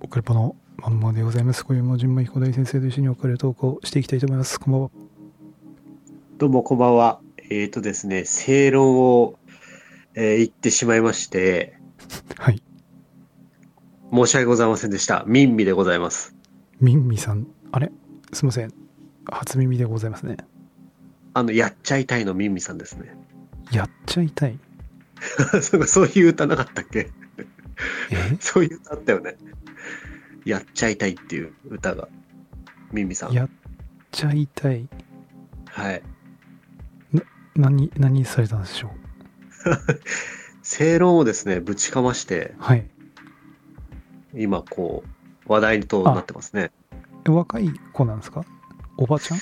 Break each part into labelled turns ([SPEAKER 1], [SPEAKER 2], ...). [SPEAKER 1] オカルポのまんまでございます。これも純米彦大先生と一緒にオカルトークをしていきたいと思います。こんばんは。
[SPEAKER 2] どうもこんばんは。えっ、とですね、正論を、えー言ってしまいまして、
[SPEAKER 1] はい。
[SPEAKER 2] 申し訳ございませんでした。ミンミでございます。
[SPEAKER 1] ミンミさん。あれすいません。初耳でございますね。
[SPEAKER 2] あの、やっちゃいたいのミンミさんですね。
[SPEAKER 1] やっちゃいたい。
[SPEAKER 2] そうかそういう歌なかったっけ
[SPEAKER 1] え
[SPEAKER 2] そういう歌あったよね。やっちゃいたいっていう歌が、ミンミさん。
[SPEAKER 1] やっちゃいたい。
[SPEAKER 2] はい。
[SPEAKER 1] 何、何されたんでしょう
[SPEAKER 2] 正論をですね、ぶちかまして、
[SPEAKER 1] はい。
[SPEAKER 2] 今こう、話題となってますね。
[SPEAKER 1] え若い子なんですかおばちゃん
[SPEAKER 2] い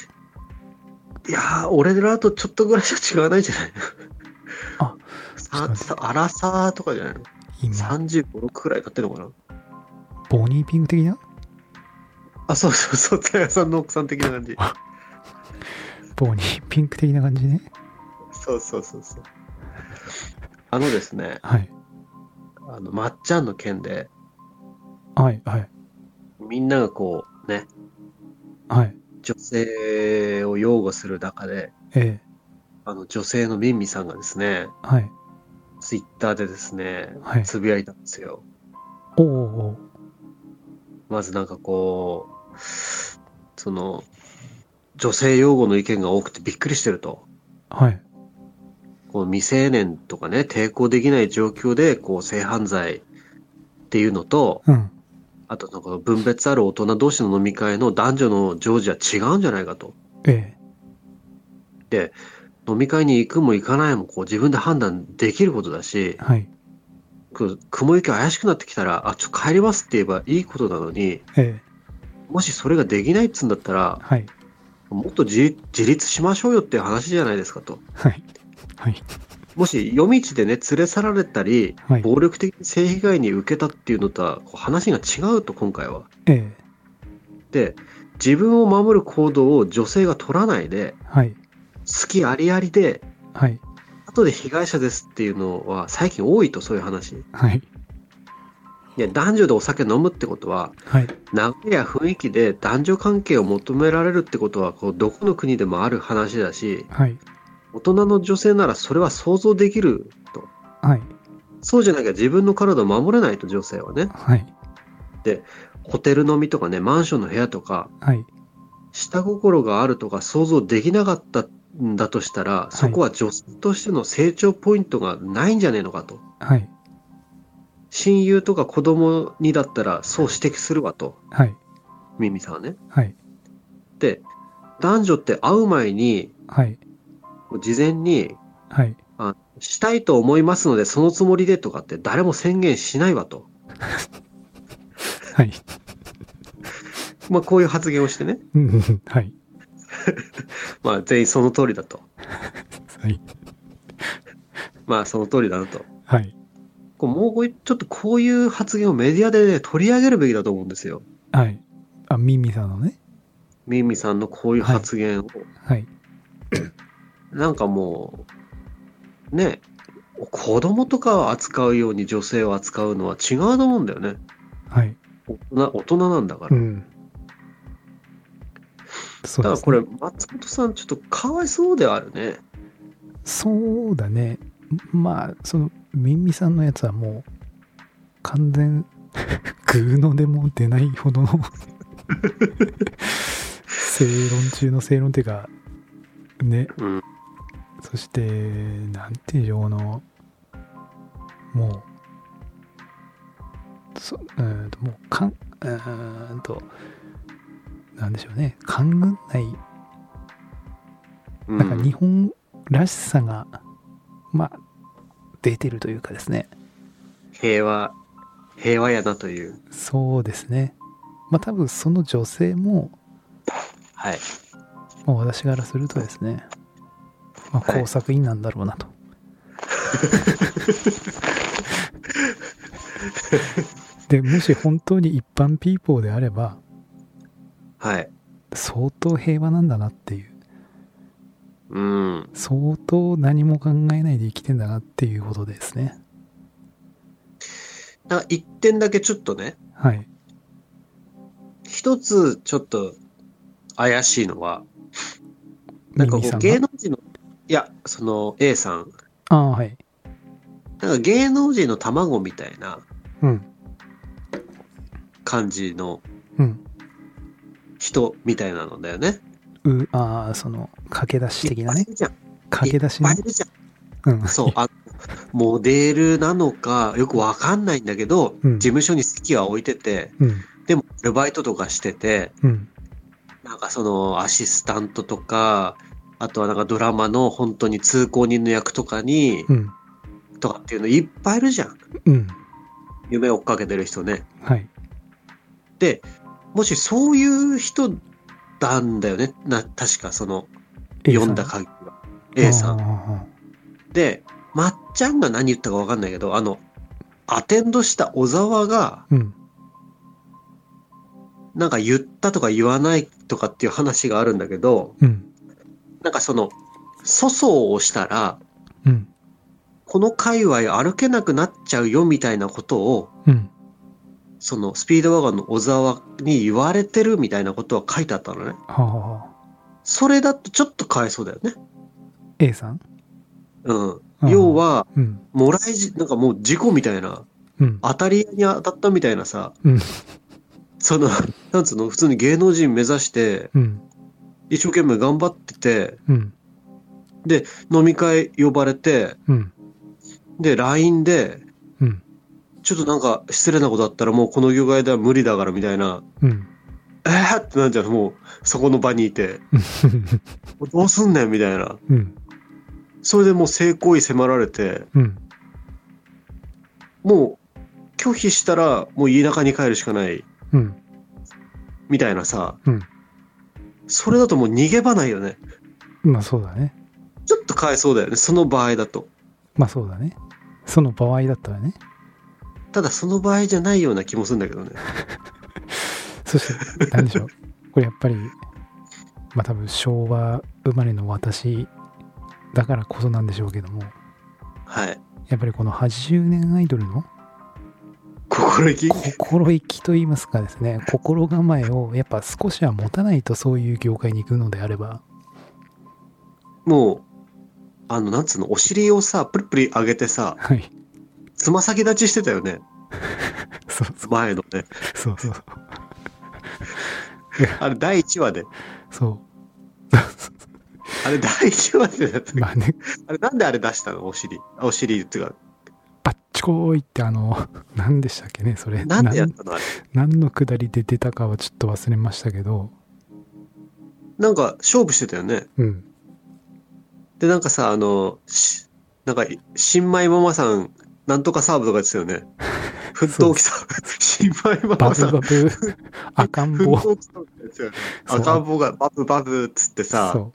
[SPEAKER 2] やー、俺らとちょっとぐらいしか違わないんじゃない
[SPEAKER 1] あ
[SPEAKER 2] ささアラサーとかじゃないの
[SPEAKER 1] 今、
[SPEAKER 2] 35、6くらいなってるのかな
[SPEAKER 1] ボニーピンク的な
[SPEAKER 2] あ、そうそうそう、田谷さんの奥さん的な感じ。
[SPEAKER 1] ボニーピンク的な感じね。
[SPEAKER 2] そうそうそうそう。あのですね、
[SPEAKER 1] はい。
[SPEAKER 2] あの、まっちゃんの件で、
[SPEAKER 1] はい、はい、
[SPEAKER 2] みんながこう、ね、
[SPEAKER 1] はい。
[SPEAKER 2] 女性を擁護する中で、
[SPEAKER 1] ええ
[SPEAKER 2] あの、女性のミンミさんがですね、
[SPEAKER 1] はい、
[SPEAKER 2] ツイッターでですね、
[SPEAKER 1] はい。
[SPEAKER 2] つぶやいたんですよ。
[SPEAKER 1] おうおうおう
[SPEAKER 2] まずなんかこう、その、女性擁護の意見が多くてびっくりしてると。
[SPEAKER 1] はい、
[SPEAKER 2] こう未成年とかね、抵抗できない状況で、こう、性犯罪っていうのと、
[SPEAKER 1] うん。
[SPEAKER 2] あと、なんか分別ある大人同士の飲み会の男女の常時は違うんじゃないかと。
[SPEAKER 1] ええ
[SPEAKER 2] 飲み会に行くも行かないも、こう自分で判断できることだし、
[SPEAKER 1] はい、
[SPEAKER 2] く雲行き怪しくなってきたら、あ、ちょ、帰りますって言えばいいことなのに、
[SPEAKER 1] ええ
[SPEAKER 2] もしそれができないっつうんだったら、
[SPEAKER 1] はい、
[SPEAKER 2] もっと自自立しましょうよっていう話じゃないですかと。
[SPEAKER 1] はい、はい、
[SPEAKER 2] もし夜道でね、連れ去られたり、
[SPEAKER 1] はい。
[SPEAKER 2] 暴力的に性被害に受けたっていうのとは、こう話が違うと、今回は。
[SPEAKER 1] ええ
[SPEAKER 2] で、自分を守る行動を女性が取らないで、
[SPEAKER 1] はい、
[SPEAKER 2] 好きありありで、
[SPEAKER 1] はい、
[SPEAKER 2] 後で被害者ですっていうのは最近多いとそういう話。
[SPEAKER 1] はい、
[SPEAKER 2] で、男女でお酒飲むってことは、
[SPEAKER 1] はい、
[SPEAKER 2] 流れや雰囲気で男女関係を求められるってことは、こうどこの国でもある話だし、
[SPEAKER 1] はい、
[SPEAKER 2] 大人の女性ならそれは想像できると。
[SPEAKER 1] はい、
[SPEAKER 2] そうじゃなきゃ自分の体を守れないと女性はね。
[SPEAKER 1] はい、
[SPEAKER 2] ホテル飲みとかね、マンションの部屋とか、
[SPEAKER 1] はい、
[SPEAKER 2] 下心があるとか想像できなかったんだとしたら、そこは女性としての成長ポイントがないんじゃねえのかと。
[SPEAKER 1] はい、
[SPEAKER 2] 親友とか子供にだったらそう指摘するわと、
[SPEAKER 1] はい、
[SPEAKER 2] ミミさんはね。
[SPEAKER 1] はい、
[SPEAKER 2] で、男女って会う前に、
[SPEAKER 1] はい、
[SPEAKER 2] 事前に、
[SPEAKER 1] はい、
[SPEAKER 2] したいと思いますので、そのつもりでとかって誰も宣言しないわと。
[SPEAKER 1] はい、
[SPEAKER 2] まあこういう発言をしてね。
[SPEAKER 1] うんうんはい、
[SPEAKER 2] まあ全員その通りだと。
[SPEAKER 1] はい、
[SPEAKER 2] まあその通りだなと。
[SPEAKER 1] はい。
[SPEAKER 2] こうもうこういうちょっとこういう発言をメディアでね、取り上げるべきだと思うんですよ。
[SPEAKER 1] はい。あ、ミミさんのね。
[SPEAKER 2] ミミさんのこういう発言を。
[SPEAKER 1] はい。
[SPEAKER 2] なんかもう、ね、子供とかを扱うように女性を扱うのは違うと思うんだよね。
[SPEAKER 1] はい。
[SPEAKER 2] 大人大人なんだから。
[SPEAKER 1] うん。そう
[SPEAKER 2] だ
[SPEAKER 1] で
[SPEAKER 2] か
[SPEAKER 1] す、
[SPEAKER 2] ら
[SPEAKER 1] ね。
[SPEAKER 2] これ、松本さん、ちょっとかわいそうではあるね。
[SPEAKER 1] そうだね。まあ、その、ミミさんのやつはもう、完全、 グーのでも出ないほどの、正論中の正論っていうか、ね、
[SPEAKER 2] うん。
[SPEAKER 1] そして、なんていうようの、もう、そうんと、もう、かん、うーんと、なんでしょうね、勘ぐんない
[SPEAKER 2] うん、
[SPEAKER 1] なんか日本らしさが、まあ、出てるというかですね。
[SPEAKER 2] 平和、平和やなという。
[SPEAKER 1] そうですね。まあ多分その女性も、
[SPEAKER 2] はい。
[SPEAKER 1] まあ、私からするとですね、まあ、
[SPEAKER 2] はい
[SPEAKER 1] 工作員なんだろうな と。でもし本当に一般ピーポーであれば
[SPEAKER 2] はい。
[SPEAKER 1] 相当平和なんだなっていう
[SPEAKER 2] うん。
[SPEAKER 1] 相当何も考えないで生きてんだなっていうことですね
[SPEAKER 2] なんか一点だけちょっとね、
[SPEAKER 1] はい
[SPEAKER 2] 一つちょっと怪しいのは、なんかこ
[SPEAKER 1] ミミさが
[SPEAKER 2] うん芸能人の、いや、その A さん、
[SPEAKER 1] ああ、はい。
[SPEAKER 2] なんか芸能人の卵みたいな
[SPEAKER 1] うん。
[SPEAKER 2] 感じの
[SPEAKER 1] うん。
[SPEAKER 2] 人みたいなのだよね。
[SPEAKER 1] うああ、その、駆け出し的なね
[SPEAKER 2] い。っぱいいるじゃん。い
[SPEAKER 1] 駆け出し
[SPEAKER 2] っぱ
[SPEAKER 1] ね
[SPEAKER 2] いい。るじゃん。
[SPEAKER 1] うん。
[SPEAKER 2] そう、あモデルなのか、よくわかんないんだけど、
[SPEAKER 1] うん
[SPEAKER 2] 事務所に席は置いてて、
[SPEAKER 1] うん。
[SPEAKER 2] でも、アルバイトとかしてて、
[SPEAKER 1] うん。
[SPEAKER 2] なんかその、アシスタントとか、あとはなんかドラマの本当に通行人の役とかに、
[SPEAKER 1] うん。
[SPEAKER 2] とかっていうのいっぱいいるじゃん。
[SPEAKER 1] うん。
[SPEAKER 2] 夢追っかけてる人ね。
[SPEAKER 1] はい。
[SPEAKER 2] で、もしそういう人なんだよね。な、確かその、読んだ限りは。A さん。
[SPEAKER 1] ん。
[SPEAKER 2] で、まっちゃんが何言ったかわかんないけど、あの、アテンドした小沢が、
[SPEAKER 1] うん。
[SPEAKER 2] なんか言ったとか言わないとかっていう話があるんだけど、
[SPEAKER 1] うん。
[SPEAKER 2] なんかその、粗相をしたら、
[SPEAKER 1] うん。
[SPEAKER 2] この界隈歩けなくなっちゃうよみたいなことを、
[SPEAKER 1] うん。
[SPEAKER 2] そのスピードワゴンの小沢に言われてるみたいなことは書いてあったのね。
[SPEAKER 1] はあはあ。
[SPEAKER 2] それだとちょっとかわいそうだよね。
[SPEAKER 1] A さん
[SPEAKER 2] うん。要。は、
[SPEAKER 1] うん。
[SPEAKER 2] もらいじ、なんかもう事故みたいな、
[SPEAKER 1] うん。
[SPEAKER 2] 当たり屋に当たったみたいなさ、
[SPEAKER 1] うん
[SPEAKER 2] その、なんつうの、普通に芸能人目指して、
[SPEAKER 1] うん。
[SPEAKER 2] 一生懸命頑張ってて、
[SPEAKER 1] うん。
[SPEAKER 2] 飲み会呼ばれて、
[SPEAKER 1] うん。
[SPEAKER 2] で、LINE で、
[SPEAKER 1] うん。
[SPEAKER 2] ちょっとなんか失礼なことあったらもうこの業界では無理だからみたいな、
[SPEAKER 1] うん。
[SPEAKER 2] えーってなんじゃうのもうそこの場にいて、もうどうすんねんみたいな。
[SPEAKER 1] うん。
[SPEAKER 2] それでもう性行為迫られて、
[SPEAKER 1] うん。
[SPEAKER 2] もう拒否したらもう家中に帰るしかない
[SPEAKER 1] うん。
[SPEAKER 2] みたいなさ、
[SPEAKER 1] うん
[SPEAKER 2] それだともう逃げ場ないよね。
[SPEAKER 1] まあそうだね。
[SPEAKER 2] ちょっとかわいそうだよね、その場合だと。
[SPEAKER 1] まあそうだね。その場合だったらね。
[SPEAKER 2] ただその場合じゃないような気もするんだけどね。
[SPEAKER 1] そして、何で しょう。これやっぱり、まあ多分昭和生まれの私だからこそなんでしょうけども、
[SPEAKER 2] はい。
[SPEAKER 1] やっぱりこの80年アイドルの
[SPEAKER 2] 心意気
[SPEAKER 1] 心意気といいますかですね、心構えをやっぱ少しは持たないとそういう業界に行くのであれば、
[SPEAKER 2] もう、あの、なんつうの、お尻をさ、プリプリ上げてさ、
[SPEAKER 1] はい。
[SPEAKER 2] つま先立ちしてたよね、
[SPEAKER 1] そうそう
[SPEAKER 2] 前のね。
[SPEAKER 1] そうそう。
[SPEAKER 2] あれ、第1話で。
[SPEAKER 1] そう。
[SPEAKER 2] あれ、第1話でだったっけ
[SPEAKER 1] まあね、
[SPEAKER 2] あれ、なんであれ出したのお尻。あお尻っていうか、
[SPEAKER 1] バッチコーイってあの、何でしたっけね、それ。
[SPEAKER 2] なんでやったのあれ。
[SPEAKER 1] なん何のくだりで出たかはちょっと忘れましたけど、
[SPEAKER 2] なんか、勝負してたよね。
[SPEAKER 1] うん。
[SPEAKER 2] で、なんかさ、あの、しなんか、い新米ママさん、なんとかサーブとかですよね。奮闘記サーブ。 新米マ
[SPEAKER 1] バ
[SPEAKER 2] マ
[SPEAKER 1] ブ
[SPEAKER 2] さん、
[SPEAKER 1] バ
[SPEAKER 2] 奮
[SPEAKER 1] ブ、赤ん坊。
[SPEAKER 2] 闘記サーブですよね。
[SPEAKER 1] そう
[SPEAKER 2] 赤ん坊がバブバブっつってさ、
[SPEAKER 1] そ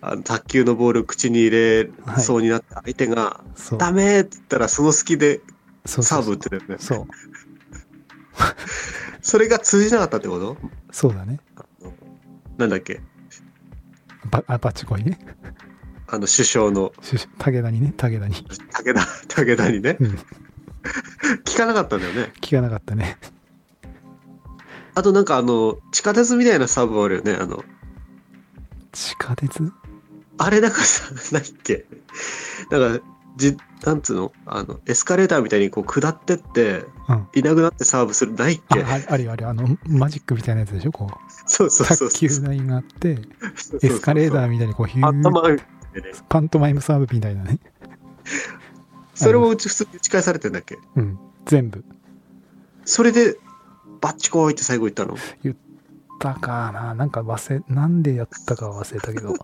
[SPEAKER 2] あの卓球のボール口に入れそうになった相手が、
[SPEAKER 1] う、そう。
[SPEAKER 2] ダメって言ったら、その隙で
[SPEAKER 1] そう
[SPEAKER 2] サ
[SPEAKER 1] そう
[SPEAKER 2] ーブ打ってたよね。
[SPEAKER 1] そう。
[SPEAKER 2] それが通じなかったってこと
[SPEAKER 1] そうだね。
[SPEAKER 2] なんだっけ
[SPEAKER 1] バあバチコイね。
[SPEAKER 2] あの、首相の
[SPEAKER 1] しし武田にね、武田に。
[SPEAKER 2] 武田、 武田にね、
[SPEAKER 1] うん
[SPEAKER 2] 聞かなかったんだよね。
[SPEAKER 1] 聞かなかったね。
[SPEAKER 2] あとなんかあの、地下鉄みたいなサーブあるよね。あの、
[SPEAKER 1] 地下鉄
[SPEAKER 2] あれなんかさ、何っけなんか、じ、なんつうのあの、エスカレーターみたいにこう下ってって、
[SPEAKER 1] うん。
[SPEAKER 2] いなくなってサーブする、ないっ
[SPEAKER 1] あ
[SPEAKER 2] け
[SPEAKER 1] ああるよあるよあの、マジックみたいなやつでしょこう。
[SPEAKER 2] そうそうそう
[SPEAKER 1] 卓
[SPEAKER 2] そ
[SPEAKER 1] 球
[SPEAKER 2] う。
[SPEAKER 1] 台があって、
[SPEAKER 2] そうそうそう
[SPEAKER 1] エスカレーターみたいにこう、ヒュ
[SPEAKER 2] あった
[SPEAKER 1] ー
[SPEAKER 2] まるみたいなね。
[SPEAKER 1] パントマイムサーブみたいなね。
[SPEAKER 2] それもうち普通に打ち返されてんだっけ
[SPEAKER 1] うん。全部。
[SPEAKER 2] それで、バッチコーイって最後言ったの。
[SPEAKER 1] だかな、なんか忘れ、なんでやったかは忘れたけ ど。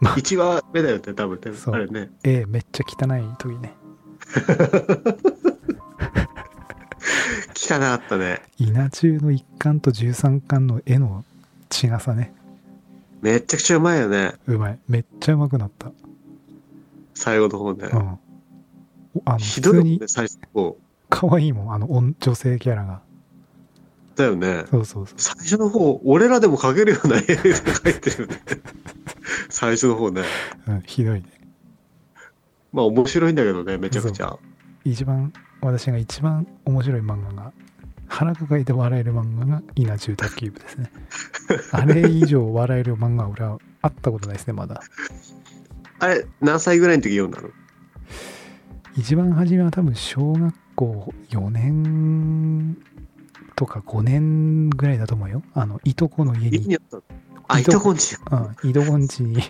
[SPEAKER 2] 1話目だよね、多分ね。
[SPEAKER 1] そう
[SPEAKER 2] あれね。
[SPEAKER 1] ええ、めっちゃ汚い時ね。
[SPEAKER 2] 汚かったね。
[SPEAKER 1] 稲中の一巻と十三巻の絵の違さね。
[SPEAKER 2] めっちゃくちゃうまいよね。
[SPEAKER 1] うまい。めっちゃうまくなった。
[SPEAKER 2] 最後の方ね
[SPEAKER 1] う。ん。おあの、
[SPEAKER 2] ひ
[SPEAKER 1] 普通
[SPEAKER 2] どいもんね
[SPEAKER 1] に、
[SPEAKER 2] 最初の方。
[SPEAKER 1] 可愛いもん、あの、女女性キャラが。
[SPEAKER 2] だよね。
[SPEAKER 1] そうそうそう。
[SPEAKER 2] 最初の方、俺らでも描けるような絵で描いてる よね。最初の方ね。
[SPEAKER 1] うん、ひどいね。
[SPEAKER 2] まあ面白いんだけどね、めちゃくちゃ。
[SPEAKER 1] 一番、私が一番面白い漫画が、腹抱えて笑える漫画が稲中卓球部ですね。あれ以上笑える漫画は俺は会ったことないですね、まだ。
[SPEAKER 2] あれ、何歳ぐらいの時読んだの
[SPEAKER 1] 一番初めは多分小学校4年とか5年ぐらいだと思うよ。あの、いとこの家
[SPEAKER 2] 家に
[SPEAKER 1] に、
[SPEAKER 2] あったのあ、
[SPEAKER 1] い
[SPEAKER 2] い
[SPEAKER 1] と
[SPEAKER 2] と
[SPEAKER 1] こ
[SPEAKER 2] こんち
[SPEAKER 1] うん、井戸盆地に、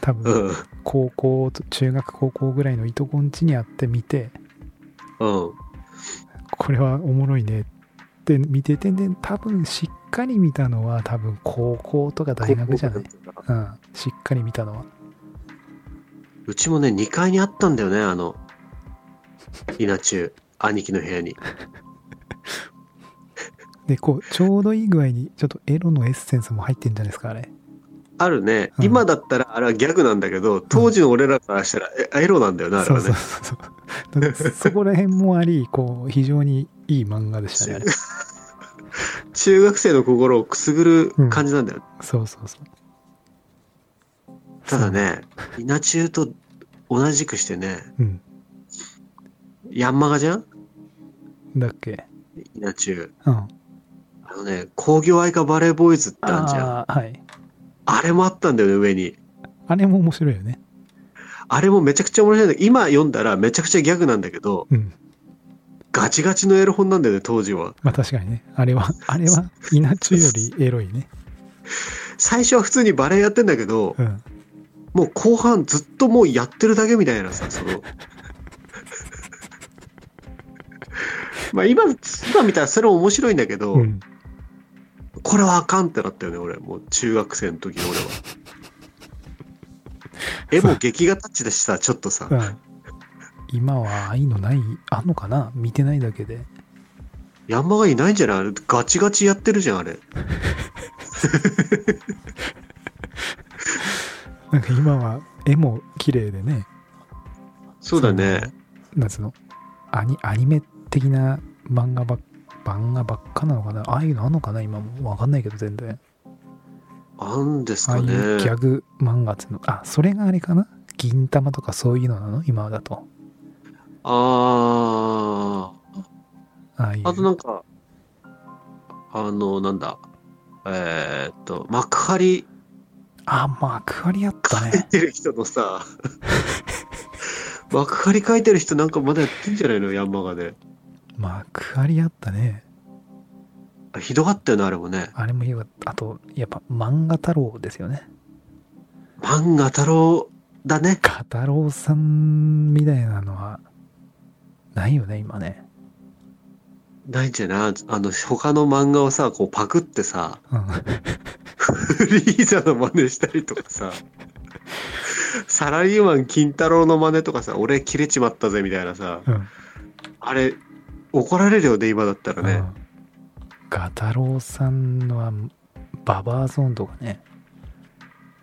[SPEAKER 1] 多
[SPEAKER 2] う
[SPEAKER 1] 分
[SPEAKER 2] ん。
[SPEAKER 1] 高校と、中学高校ぐらいのいとこんちに会ってみて、
[SPEAKER 2] うん。
[SPEAKER 1] これはおもろいねって見てて、で、多分しっかり見たのは多分高校とか大学じゃないうん、しっかり見たのは。
[SPEAKER 2] うちもね、2階にあったんだよね、あの、稲中、兄貴の部屋に。
[SPEAKER 1] で、こう、ちょうどいい具合に、ちょっとエロのエッセンスも入ってんじゃないですか、あれ。
[SPEAKER 2] あるね、
[SPEAKER 1] うん
[SPEAKER 2] 今だったらあれはギャグなんだけど、当時の俺らからしたら、えエロなんだよね、あれ
[SPEAKER 1] そう
[SPEAKER 2] は
[SPEAKER 1] そう
[SPEAKER 2] ね。
[SPEAKER 1] そうそう。だからそ こら辺もあり、こう、非常にいい漫画でしたね、あ れ。
[SPEAKER 2] 中学生の心をくすぐる感じなんだよね。
[SPEAKER 1] そうそうそう。
[SPEAKER 2] ただね、稲中と同じくしてね、
[SPEAKER 1] そう。うん。
[SPEAKER 2] ヤンマガじゃん
[SPEAKER 1] だっけ
[SPEAKER 2] 稲中。
[SPEAKER 1] うん。あ
[SPEAKER 2] あのね、工業愛化バレーボーイズってあるじゃん。あ
[SPEAKER 1] あー、はい。
[SPEAKER 2] れもあったんだよね、上に。
[SPEAKER 1] あれも面白いよね。
[SPEAKER 2] あれもめちゃくちゃ面白いんだけど、今読んだらめちゃくちゃギャグなんだけど、
[SPEAKER 1] うん。
[SPEAKER 2] ガチガチのエロ本なんだよね、当時は。
[SPEAKER 1] まあ確かにね。あれは、あ れは、稲中よりエロいね。
[SPEAKER 2] 最初は普通にバレエやってんだけど、
[SPEAKER 1] うん。
[SPEAKER 2] もう後半ずっともうやってるだけみたいなさ、その。 まあ今、今見たらそれも面白いんだけど、
[SPEAKER 1] うん。
[SPEAKER 2] これはあかんってなったよね、俺。もう中学生の時の俺は。絵も劇画タッチでした、ちょっとさ
[SPEAKER 1] う。ん。今は、ああいうのない、あんのかな見てないだけで。
[SPEAKER 2] 山がいないんじゃないあれガチガチやってるじゃん、あれ。
[SPEAKER 1] なんか今は、絵も綺麗でね。
[SPEAKER 2] そうだね。
[SPEAKER 1] なんつうのアニアニメ的な漫画ばっ漫画ばっかなのかなああいうのあんのかな今もわかんないけど全然
[SPEAKER 2] あんです
[SPEAKER 1] ああ
[SPEAKER 2] か
[SPEAKER 1] いう
[SPEAKER 2] ね。
[SPEAKER 1] ギャグ漫画っていうのあそれがあれかな銀玉とかそういうのなの今だと
[SPEAKER 2] あ
[SPEAKER 1] ああいう
[SPEAKER 2] あ。あとなんか、あの、なんだ。えーっと、幕張
[SPEAKER 1] あ幕張あった
[SPEAKER 2] 書い
[SPEAKER 1] ね
[SPEAKER 2] てる人のさ、幕張書いてる人なんかまだやってんじゃないの山がね。
[SPEAKER 1] 幕張あったね
[SPEAKER 2] あひどかったよね、あれもね。
[SPEAKER 1] あれもよかったあとやっぱ漫画太郎ですよね
[SPEAKER 2] 漫画太郎だね。
[SPEAKER 1] ガタロウさんみたいなのはないよね今ね
[SPEAKER 2] ないんじゃないあの、他の漫画をさ、こうパクってさ、
[SPEAKER 1] うん
[SPEAKER 2] フリーザの真似したりとかさ、サラリーマン金太郎の真似とかさ、俺切れちまったぜみたいなさ、
[SPEAKER 1] うん
[SPEAKER 2] あれ、怒られるよね、今だったらね。
[SPEAKER 1] ガタロウさんのはババアゾーンとかね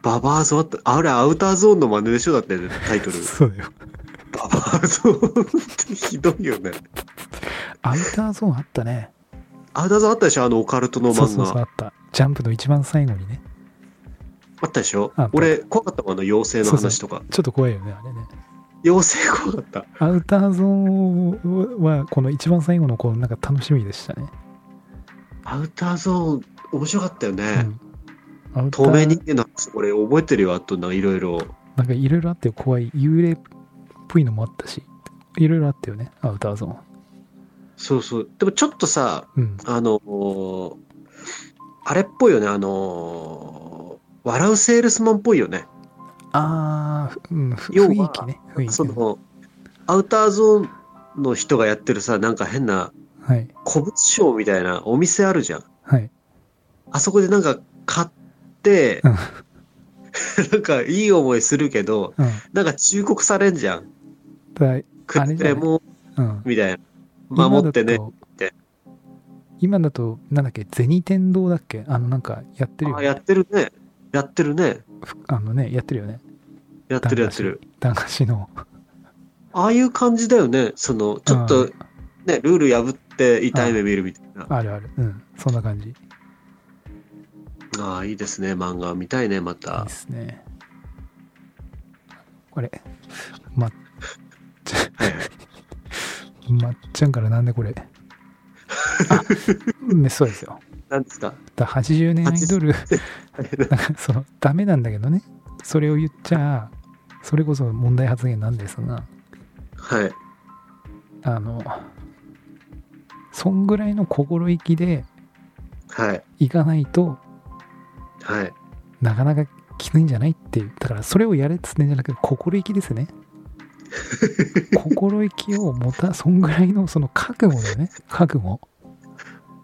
[SPEAKER 2] ババアゾーンって、あれアウターゾーンの真似でしょだって、タイトル。
[SPEAKER 1] そうだよ
[SPEAKER 2] ババアゾーンってひどいよね。
[SPEAKER 1] アウターゾーンあったね
[SPEAKER 2] アウターゾーンあったでしょあのオカルトの漫
[SPEAKER 1] そ
[SPEAKER 2] 画。
[SPEAKER 1] うそうそうあったジャンプの一番最後にね
[SPEAKER 2] あったでしょ
[SPEAKER 1] あった
[SPEAKER 2] 俺、怖かったもん、あの妖精の話とか。
[SPEAKER 1] ちょっと怖いよねあれね
[SPEAKER 2] 妖精怖かった。
[SPEAKER 1] アウターゾーンはこの一番最後のこうなんか楽しみでしたね、
[SPEAKER 2] アウターゾーン、面白かったよ
[SPEAKER 1] う
[SPEAKER 2] ね。
[SPEAKER 1] ん、アウター
[SPEAKER 2] 透明人間の話、俺覚えてるよ、あとな、いろいろ。
[SPEAKER 1] なんかいろいろあって怖い幽霊っぽいのもあったしいろいろあったよねアウターゾーン
[SPEAKER 2] そうそう。でもちょっとさ、
[SPEAKER 1] うん
[SPEAKER 2] あのーあれっぽいよね、あのー笑うセールスマンっぽいよね。
[SPEAKER 1] ああ、うん、ふ
[SPEAKER 2] 要は
[SPEAKER 1] 雰囲気ね雰囲気
[SPEAKER 2] その、アウターゾーンの人がやってるさ、なんか変な
[SPEAKER 1] はい
[SPEAKER 2] 古物商みたいなお店あるじゃん。
[SPEAKER 1] はい
[SPEAKER 2] あそこでなんか買って、
[SPEAKER 1] うん
[SPEAKER 2] なんかいい思いするけど、
[SPEAKER 1] うん
[SPEAKER 2] なんか忠告されんじゃん。
[SPEAKER 1] だい
[SPEAKER 2] く
[SPEAKER 1] あれ
[SPEAKER 2] れ
[SPEAKER 1] じゃない
[SPEAKER 2] ても、
[SPEAKER 1] うん
[SPEAKER 2] みたいな。守ってね。
[SPEAKER 1] 今だと
[SPEAKER 2] て
[SPEAKER 1] 今だとなんだっけ銭天堂だっけあのなんかやってるよ
[SPEAKER 2] あ、
[SPEAKER 1] ね
[SPEAKER 2] やってるね。やってるね。
[SPEAKER 1] ふあのねやってるよね
[SPEAKER 2] やってるやってる。
[SPEAKER 1] 駄菓子の
[SPEAKER 2] ああいう感じだよね。その、ちょっ
[SPEAKER 1] う
[SPEAKER 2] と
[SPEAKER 1] ん、
[SPEAKER 2] ね、ルール破って痛い目見るみたいな。
[SPEAKER 1] あるあるうんそんな感じい
[SPEAKER 2] ああ、いいですね。漫画見たいね、ま
[SPEAKER 1] い
[SPEAKER 2] た
[SPEAKER 1] で。すねこれまっちゃんまっちゃんからなんでこれねそうですよ。
[SPEAKER 2] なんですか
[SPEAKER 1] だから80年アイドル、なんか そのダメなんだけどね。それを言っちゃ、それこそ問題発言なんですが、
[SPEAKER 2] はい。
[SPEAKER 1] あの、そんぐらいの心意気で
[SPEAKER 2] はい。
[SPEAKER 1] いかないと
[SPEAKER 2] はい。
[SPEAKER 1] なかなかきついんじゃないっていう。だからそれをやれっつってんじゃなくて、心意気ですね。心意気を持た、そんぐらいのその覚悟だよね。覚悟。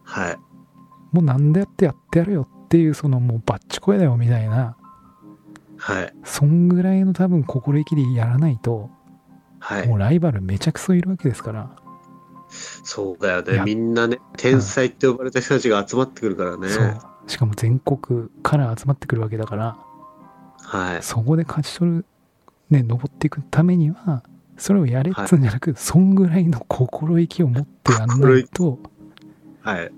[SPEAKER 2] はい。
[SPEAKER 1] もう何でやってやってやるよっていう、そのもうバッチコエだよみたいな、
[SPEAKER 2] はい。
[SPEAKER 1] そんぐらいの多分心意気でやらないと、
[SPEAKER 2] はい
[SPEAKER 1] も。うライバルめちゃくそいるわけですから、
[SPEAKER 2] そうだよ
[SPEAKER 1] い
[SPEAKER 2] ね。
[SPEAKER 1] や
[SPEAKER 2] みんなね、天才って呼ばれた人たちが集まってくるからね。
[SPEAKER 1] そう。しかも全国から集まってくるわけだから、
[SPEAKER 2] はい。
[SPEAKER 1] そこで勝ち取る、ね、登っていくためには、それをやれっつうんじゃなく、そんぐらいの心意気を持ってやんないと、
[SPEAKER 2] はい。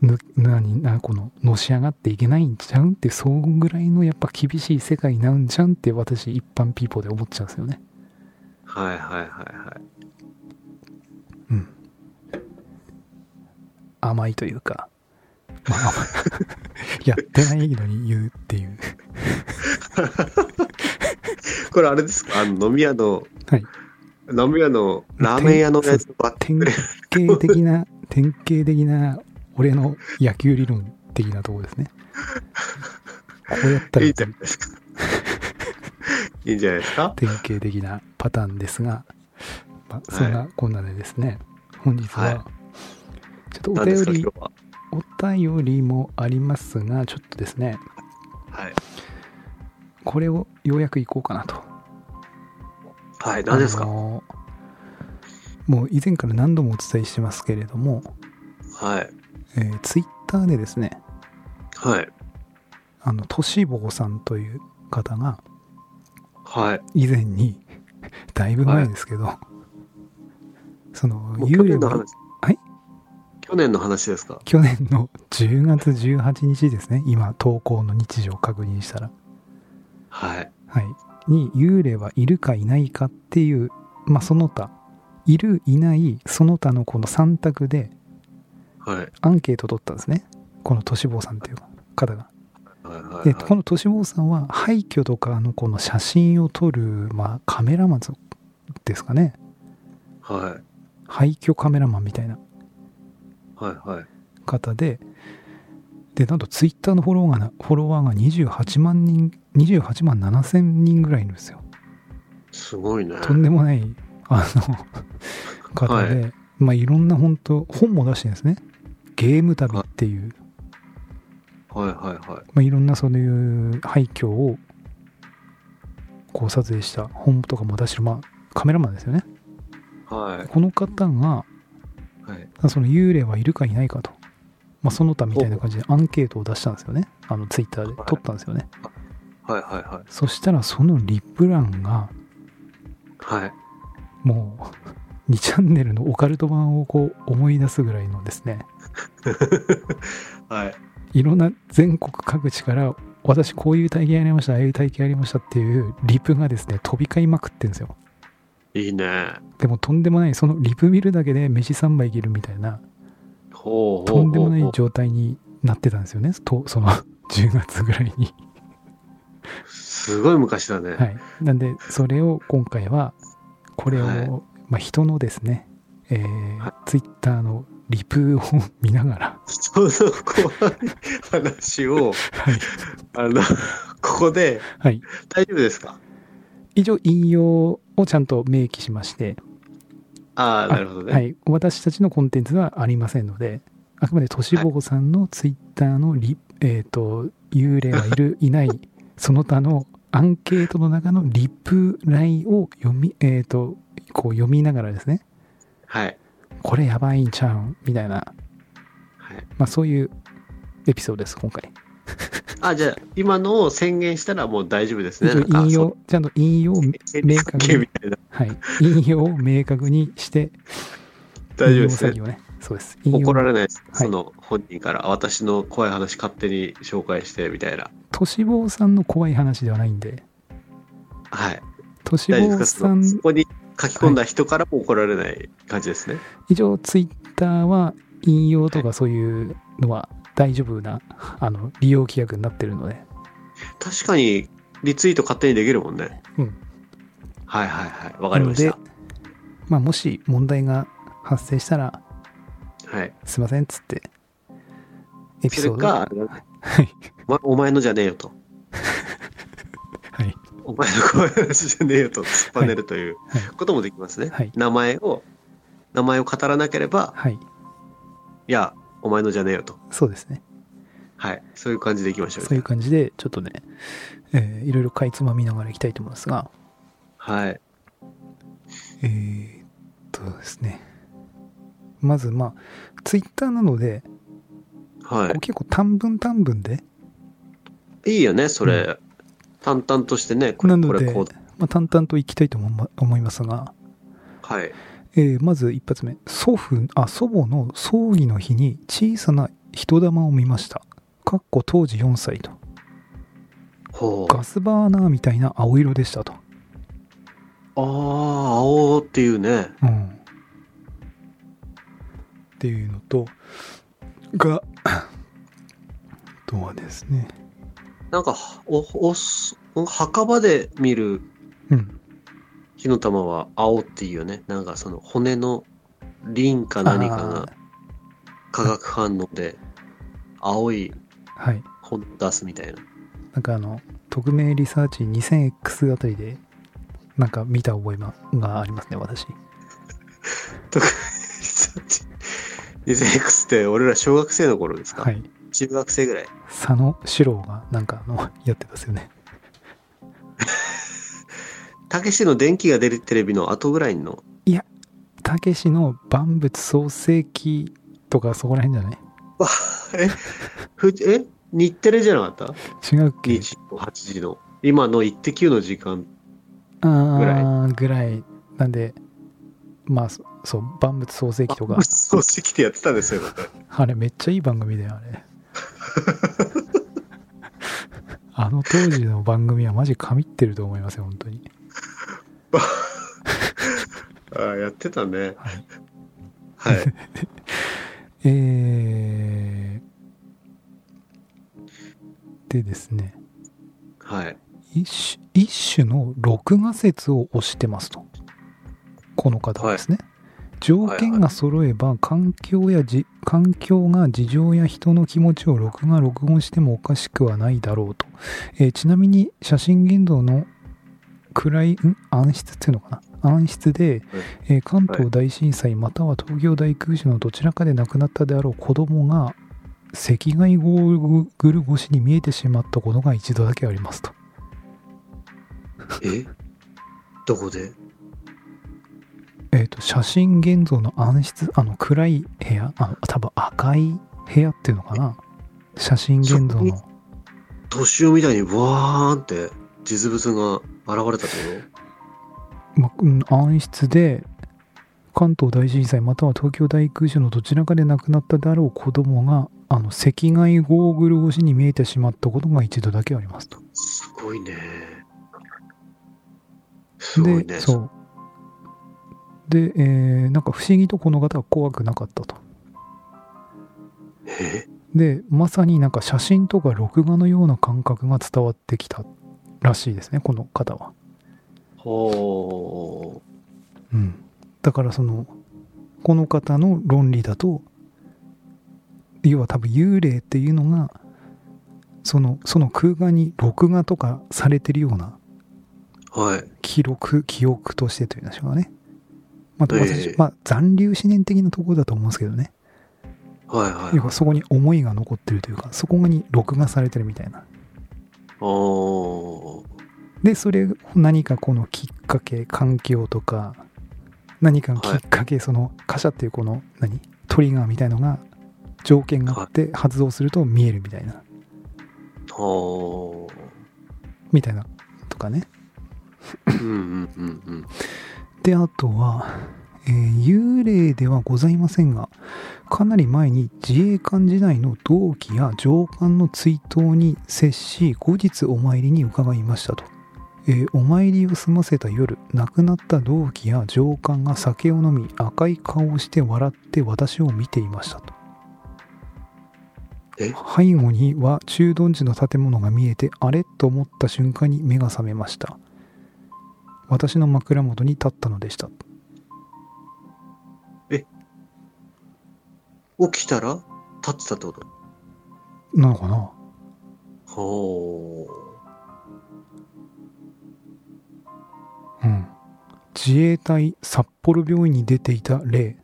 [SPEAKER 1] ぬ何なこののし上がっていけないんちゃうんってそんぐらいのやっぱ厳しい世界なんじゃんって私一般ピーポーで思っちゃうんですよね
[SPEAKER 2] はいはいはいはい。
[SPEAKER 1] 甘いというか、まあ、甘い やってないのに言うっていう
[SPEAKER 2] これあれですかあの、飲み屋の、
[SPEAKER 1] はい
[SPEAKER 2] 飲み屋の、ラーメン屋のやつばっ
[SPEAKER 1] 典型的な典型的な俺の野球理論的なところですねこうやったら
[SPEAKER 2] いい
[SPEAKER 1] 打
[SPEAKER 2] んじ
[SPEAKER 1] て
[SPEAKER 2] ゃな
[SPEAKER 1] る
[SPEAKER 2] いですか。いいんじゃないですか
[SPEAKER 1] 典型的なパターンですが、まあ、そんなこんなでですね、本日は、
[SPEAKER 2] はい
[SPEAKER 1] ちょっとお
[SPEAKER 2] 何ですか
[SPEAKER 1] 便り
[SPEAKER 2] 今日は。
[SPEAKER 1] お便りもありますが、ちょっとですね、
[SPEAKER 2] はい。
[SPEAKER 1] これをようやくいこうかなと。
[SPEAKER 2] はい。何です
[SPEAKER 1] あ
[SPEAKER 2] か
[SPEAKER 1] のもう以前から何度もお伝えしてますけれども、
[SPEAKER 2] はい。
[SPEAKER 1] えー、ツイッターでですね、
[SPEAKER 2] はい。
[SPEAKER 1] あの、としぼうさんという方が、
[SPEAKER 2] はい。
[SPEAKER 1] 以前に、 だいぶ前ですけど、その、
[SPEAKER 2] もう去
[SPEAKER 1] 幽霊
[SPEAKER 2] 年の
[SPEAKER 1] が
[SPEAKER 2] 話。
[SPEAKER 1] はい
[SPEAKER 2] 去年の話ですか
[SPEAKER 1] 去年の10月18日ですね、今、投稿の日時を確認したら、
[SPEAKER 2] はい。
[SPEAKER 1] はい、に幽霊はいるかいないかっていう、まあ、その他いるいないその他のこの3択で
[SPEAKER 2] はい。
[SPEAKER 1] アンケート取ったんですねこの都市坊さんっていう方が。
[SPEAKER 2] はいはい
[SPEAKER 1] で
[SPEAKER 2] は
[SPEAKER 1] この都市坊さんは廃墟とかのこの写真を撮る、まあ、カメラマンですかね
[SPEAKER 2] い。はい。
[SPEAKER 1] 廃墟カメラマンみたいな
[SPEAKER 2] はいはい。
[SPEAKER 1] 方で。でなんとツイッターのフォロワーがフォロワーが28万人28万7千人ぐらいいるんですよ。
[SPEAKER 2] すごいね。
[SPEAKER 1] とんでもないあの方で、まあいろんな本当本も出してるんですねゲーム旅っていう、
[SPEAKER 2] はいはいはい。
[SPEAKER 1] まあ、いろんなそういう廃墟をこう撮影した本とかも出してるまあカメラマンですよね
[SPEAKER 2] はい。
[SPEAKER 1] この方が
[SPEAKER 2] はい。
[SPEAKER 1] その幽霊はいるかいないかと、まあ、その他みたいな感じでアンケートを出したんですよねあのツイッターで
[SPEAKER 2] はい
[SPEAKER 1] 撮ったんですよね、
[SPEAKER 2] はいはいはい。
[SPEAKER 1] そしたらそのリプランが
[SPEAKER 2] はい。
[SPEAKER 1] もう2チャンネルのオカルト版をこう思い出すぐらいのですね
[SPEAKER 2] はい。
[SPEAKER 1] いろんな全国各地から私こういう体験ありましたああいう体験ありましたっていうリプがですね飛び交いまくってんですよ
[SPEAKER 2] いいね。
[SPEAKER 1] でもとんでもないそのリプ見るだけで飯3杯いけるみたいな
[SPEAKER 2] ほうほうほうほう。
[SPEAKER 1] とんでもない状態になってたんですよねとその10月ぐらいに
[SPEAKER 2] すごい昔だね。
[SPEAKER 1] はいなんでそれを今回はこれを、
[SPEAKER 2] はい
[SPEAKER 1] まあ、人のですねえー、ツイッターのリプを見ながら、
[SPEAKER 2] 人の怖い話 を、
[SPEAKER 1] はい、
[SPEAKER 2] あの、ここで、
[SPEAKER 1] はい、
[SPEAKER 2] 大丈夫ですか
[SPEAKER 1] 以上引用をちゃんと明記しまして、
[SPEAKER 2] ああ、なるほどね。
[SPEAKER 1] は
[SPEAKER 2] はい。
[SPEAKER 1] い、私たちのコンテンツはありませんので、あくまでとしぼうさんのツイッターのリ、えっ、と、幽霊はい る、いない、その他のアンケートの中のリプライを読み、えっ、と、こう読みながらですね、
[SPEAKER 2] はい。
[SPEAKER 1] これやばいんちゃうんみたいな、まあそういうエピソードです、今回。
[SPEAKER 2] あ、じゃあ、今のを宣言したらもう大丈夫ですね。なんか
[SPEAKER 1] 引。用、ちゃんと引用を、
[SPEAKER 2] そう
[SPEAKER 1] 明確に
[SPEAKER 2] みたいな。
[SPEAKER 1] はい、 引用を明確にして、
[SPEAKER 2] 大丈夫です
[SPEAKER 1] 引用
[SPEAKER 2] ね。
[SPEAKER 1] 先をね。そうです。引
[SPEAKER 2] 怒
[SPEAKER 1] 用
[SPEAKER 2] られないです。
[SPEAKER 1] はい
[SPEAKER 2] その本人から、私の怖い話勝手に紹介して、みたいな。
[SPEAKER 1] としぼうさんの怖い話ではないんで、
[SPEAKER 2] はい。
[SPEAKER 1] とし
[SPEAKER 2] 大丈夫
[SPEAKER 1] ぼう
[SPEAKER 2] ですかそ
[SPEAKER 1] さ
[SPEAKER 2] の
[SPEAKER 1] ん
[SPEAKER 2] そこに書き込んだ人からも怒られない感じですね。
[SPEAKER 1] 以上ツイッタターは引用とかそういうのは大丈夫なあの利用規約になってるので、
[SPEAKER 2] 確かに、リツイート勝手にできるもんね。
[SPEAKER 1] うん。
[SPEAKER 2] はいはいはい。わかりまし
[SPEAKER 1] な
[SPEAKER 2] た
[SPEAKER 1] の。まあ、もし問題が発生したら
[SPEAKER 2] はい。
[SPEAKER 1] すいませんっつってエピ
[SPEAKER 2] それ
[SPEAKER 1] ソード
[SPEAKER 2] か、
[SPEAKER 1] はい
[SPEAKER 2] お前お前のじゃねえよと。
[SPEAKER 1] はい
[SPEAKER 2] お前の声の話じゃねえよと突っぱねるという
[SPEAKER 1] はい
[SPEAKER 2] こともできますね。
[SPEAKER 1] はい
[SPEAKER 2] 名前を、名前を語らなければ、
[SPEAKER 1] はい
[SPEAKER 2] いや、お前のじゃねえよと。
[SPEAKER 1] そうですね
[SPEAKER 2] はい。そういう感じでいきましょう。
[SPEAKER 1] そういう感じでちょっとね、えーいろいろかいつまみながらいきたいと思いますが
[SPEAKER 2] はい。
[SPEAKER 1] えーっとですねまずまあツイッターなので、
[SPEAKER 2] は
[SPEAKER 1] こう結構短文短文で、
[SPEAKER 2] い。いいよね、それ。
[SPEAKER 1] う
[SPEAKER 2] 淡々としてね、これ、
[SPEAKER 1] なの
[SPEAKER 2] こ
[SPEAKER 1] で
[SPEAKER 2] れ、こうだ。
[SPEAKER 1] まあ、淡々といきたいと思思いますが
[SPEAKER 2] はい。
[SPEAKER 1] えーまず一発目祖父あ祖母の葬儀の日に小さな人玉を見ましたかっこ当時4歳と
[SPEAKER 2] ほう。あ
[SPEAKER 1] ガスバーナーみたいな青色でしたと、
[SPEAKER 2] あー、青っていうね。
[SPEAKER 1] うん、っていうのとがあとはですね
[SPEAKER 2] なんか、お、おす、墓場で見る
[SPEAKER 1] うん
[SPEAKER 2] 火の玉は青っていうよね。なんかその骨の輪か何か
[SPEAKER 1] あ
[SPEAKER 2] が
[SPEAKER 1] ー
[SPEAKER 2] 化学反応で青い
[SPEAKER 1] はい
[SPEAKER 2] 骨を出すみたいな。
[SPEAKER 1] なんかあの匿名リサーチ 2000X あたりでなんか見た覚えまがありますね私
[SPEAKER 2] 特に 2000X って俺ら小学生の頃ですか、
[SPEAKER 1] はい
[SPEAKER 2] 中学生ぐらい。
[SPEAKER 1] 佐野史郎がなんかあのやってますよ ね
[SPEAKER 2] たけしの電気が出るテレビの後ぐらいの。
[SPEAKER 1] たけしの万物創世記とかそこら辺じゃない
[SPEAKER 2] わえふえ日テレじゃなかった
[SPEAKER 1] 違うっけ
[SPEAKER 2] ?2 時と8時の。今の1 9の時間。
[SPEAKER 1] あ
[SPEAKER 2] ぐらい
[SPEAKER 1] ーぐらいなんでまあそそう万物創世記とか
[SPEAKER 2] そうしてやってたんですよ。僕
[SPEAKER 1] あれめっちゃいい番組だよあれあの当時の番組はマジ神ってると思いますよ本当に
[SPEAKER 2] ああ、やってたね。
[SPEAKER 1] はい
[SPEAKER 2] はい。
[SPEAKER 1] えー、でですね
[SPEAKER 2] はい。
[SPEAKER 1] 一種一種の録画説を推してますとこの方ですね、条件が揃えば環境やじ環境が事情や人の気持ちを録画録音してもおかしくはないだろうと、えーちなみに写真現像の暗いん暗室っていうのかな暗室で、えー関東大震災または東京大空襲のどちらかで亡くなったであろう子供が赤外ゴーグル越しに見えてしまったことが一度だけありますと
[SPEAKER 2] えどこで
[SPEAKER 1] えー、と写真現像の暗室あの暗い部屋あの多分赤い部屋っていうのかな写真現像
[SPEAKER 2] そこに
[SPEAKER 1] の
[SPEAKER 2] 年をみたいにわーんって実物が現れたってこ
[SPEAKER 1] まうん暗室で関東大震災または東京大空襲のどちらかで亡くなったであろう子供があの赤外ゴーグル越しに見えてしまったことが一度だけありますと。
[SPEAKER 2] とすごいね。すごいね。
[SPEAKER 1] でそうで、えーなんか不思議とこの方は怖くなかったと。
[SPEAKER 2] え
[SPEAKER 1] でまさになんか写真とか録画のような感覚が伝わってきたらしいですねこの方は、
[SPEAKER 2] ほ
[SPEAKER 1] うん、だからそのこの方の論理だと要は多分幽霊っていうのがそのその空間に録画とかされてるような
[SPEAKER 2] う。はい。
[SPEAKER 1] 記録記憶としてというんでしょうかね、まあ
[SPEAKER 2] ええ
[SPEAKER 1] 私まあ、残留思念的なところだと思うんですけどね
[SPEAKER 2] はいはい。
[SPEAKER 1] 要はそこに思いが残ってるというかそこに録画されてるみたいな
[SPEAKER 2] おー
[SPEAKER 1] でそれを何かこのきっかけ環境とか何かのきっかけ、その貨車っていうこの何トリガーみたいのが条件があって発動すると見えるみたいな、
[SPEAKER 2] ほ
[SPEAKER 1] みたいなとかね
[SPEAKER 2] ーうんうんうんうん。
[SPEAKER 1] であとは、えー幽霊ではございませんがかなり前に自衛官時代の同期や上官の追悼に接し後日お参りに伺いましたと、えーお参りを済ませた夜亡くなった同期や上官が酒を飲み赤い顔をして笑って私を見ていましたと
[SPEAKER 2] え
[SPEAKER 1] 背後には駐屯地の建物が見えてあれと思った瞬間に目が覚めました私の枕元に立ったのでした
[SPEAKER 2] 起きたら立ってたってこと
[SPEAKER 1] なのかな
[SPEAKER 2] ほ
[SPEAKER 1] うん、自衛隊札幌病院に出ていた例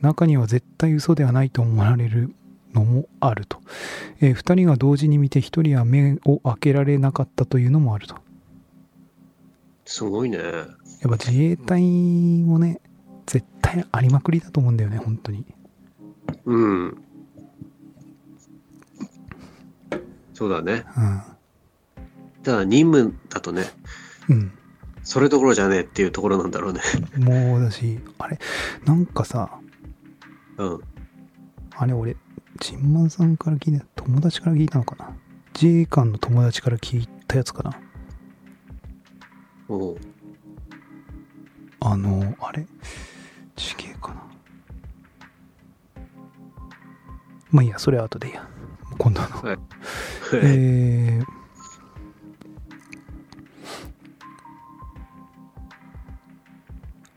[SPEAKER 1] 中には絶対嘘ではないと思われるのもあると、え2人が同時に見て1人は目を開けられなかったというのもあると
[SPEAKER 2] う。すごいね。
[SPEAKER 1] やっぱ自衛隊もね絶対ありまくりだと思うんだよね本当に
[SPEAKER 2] うん。そうだね。ただ任務だとね、
[SPEAKER 1] うん、
[SPEAKER 2] それどころじゃねえっていうところなんだろうね。
[SPEAKER 1] うん、もうだしあれなんかさ
[SPEAKER 2] うん。
[SPEAKER 1] あれ俺チンマンさんから聞いた友達から聞いたのかな自衛官の友達から聞いたやつかな
[SPEAKER 2] おう
[SPEAKER 1] あの、あれ地形かなまあいいや、それは後でいいや。今度の。えー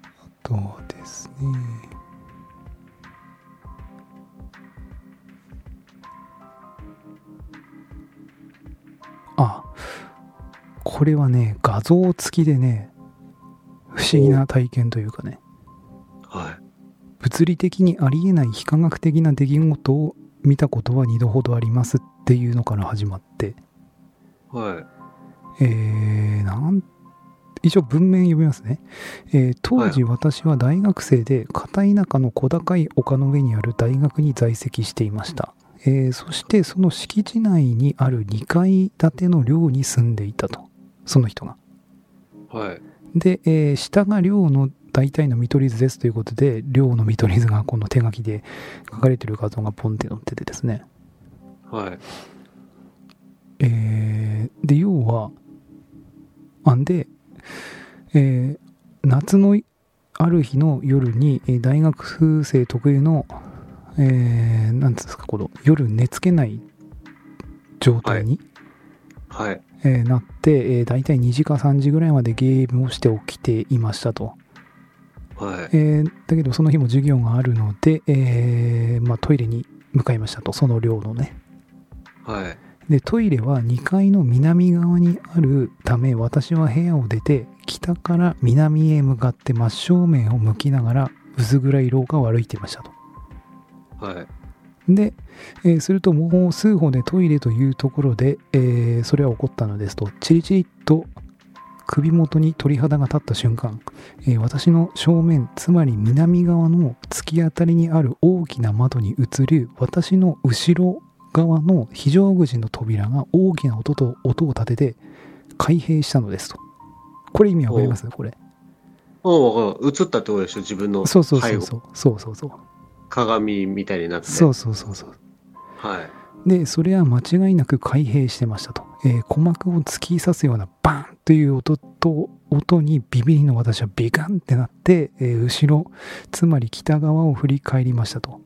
[SPEAKER 1] あとですね。あ、これはね、画像付きでね、不思議な体験というかね。
[SPEAKER 2] は
[SPEAKER 1] 物理的にありえない非科学的な出来事を見たことは2度ほどありますっていうのから始まって
[SPEAKER 2] い。はい。
[SPEAKER 1] えー、なん一応文面読みますね、えー当時私は大学生で片田舎の小高い丘の上にある大学に在籍していました、えーそしてその敷地内にある2階建ての寮に住んでいたとその人が
[SPEAKER 2] はい。
[SPEAKER 1] で、えー下が寮の大体の見取り図ですということで寮の見取り図がこの手書きで書かれてる画像がポンって載っててですね、
[SPEAKER 2] はい。
[SPEAKER 1] えーで要はあんで、えー夏のある日の夜にえー大学生特有の、えーなんつうんですかこの夜寝つけない状態に、
[SPEAKER 2] はい。
[SPEAKER 1] えーなって、えー大体2時か3時ぐらいまでゲームをして起きていましたと。
[SPEAKER 2] はい。
[SPEAKER 1] えーだけどその日も授業があるので、えーまあ、トイレに向かいましたとその寮のね
[SPEAKER 2] はい。
[SPEAKER 1] でトイレは2階の南側にあるため私は部屋を出て北から南へ向かって真正面を向きながら薄暗い廊下を歩いていましたと
[SPEAKER 2] はい。
[SPEAKER 1] で、えーするともう数歩でトイレというところで、えーそれは起こったのですとチリチリっと首元に鳥肌が立った瞬間、えー私の正面つまり南側の突き当たりにある大きな窓に映る私の後ろ側の非常口の扉が大きな音と音を立てて開閉したのですとこれ意味わかりますこれ
[SPEAKER 2] おう、わかる。映ったってことでしょ自分の
[SPEAKER 1] そうそうそう
[SPEAKER 2] 背後
[SPEAKER 1] そうそうそうそう
[SPEAKER 2] 鏡みたいになって。
[SPEAKER 1] そうそうそうそう
[SPEAKER 2] はい。
[SPEAKER 1] でそれは間違いなく開閉してましたと、えー鼓膜を突き刺すようなバーンという音と音にビビリの私はビカンってなって、えー後ろつまり北側を振り返りましたと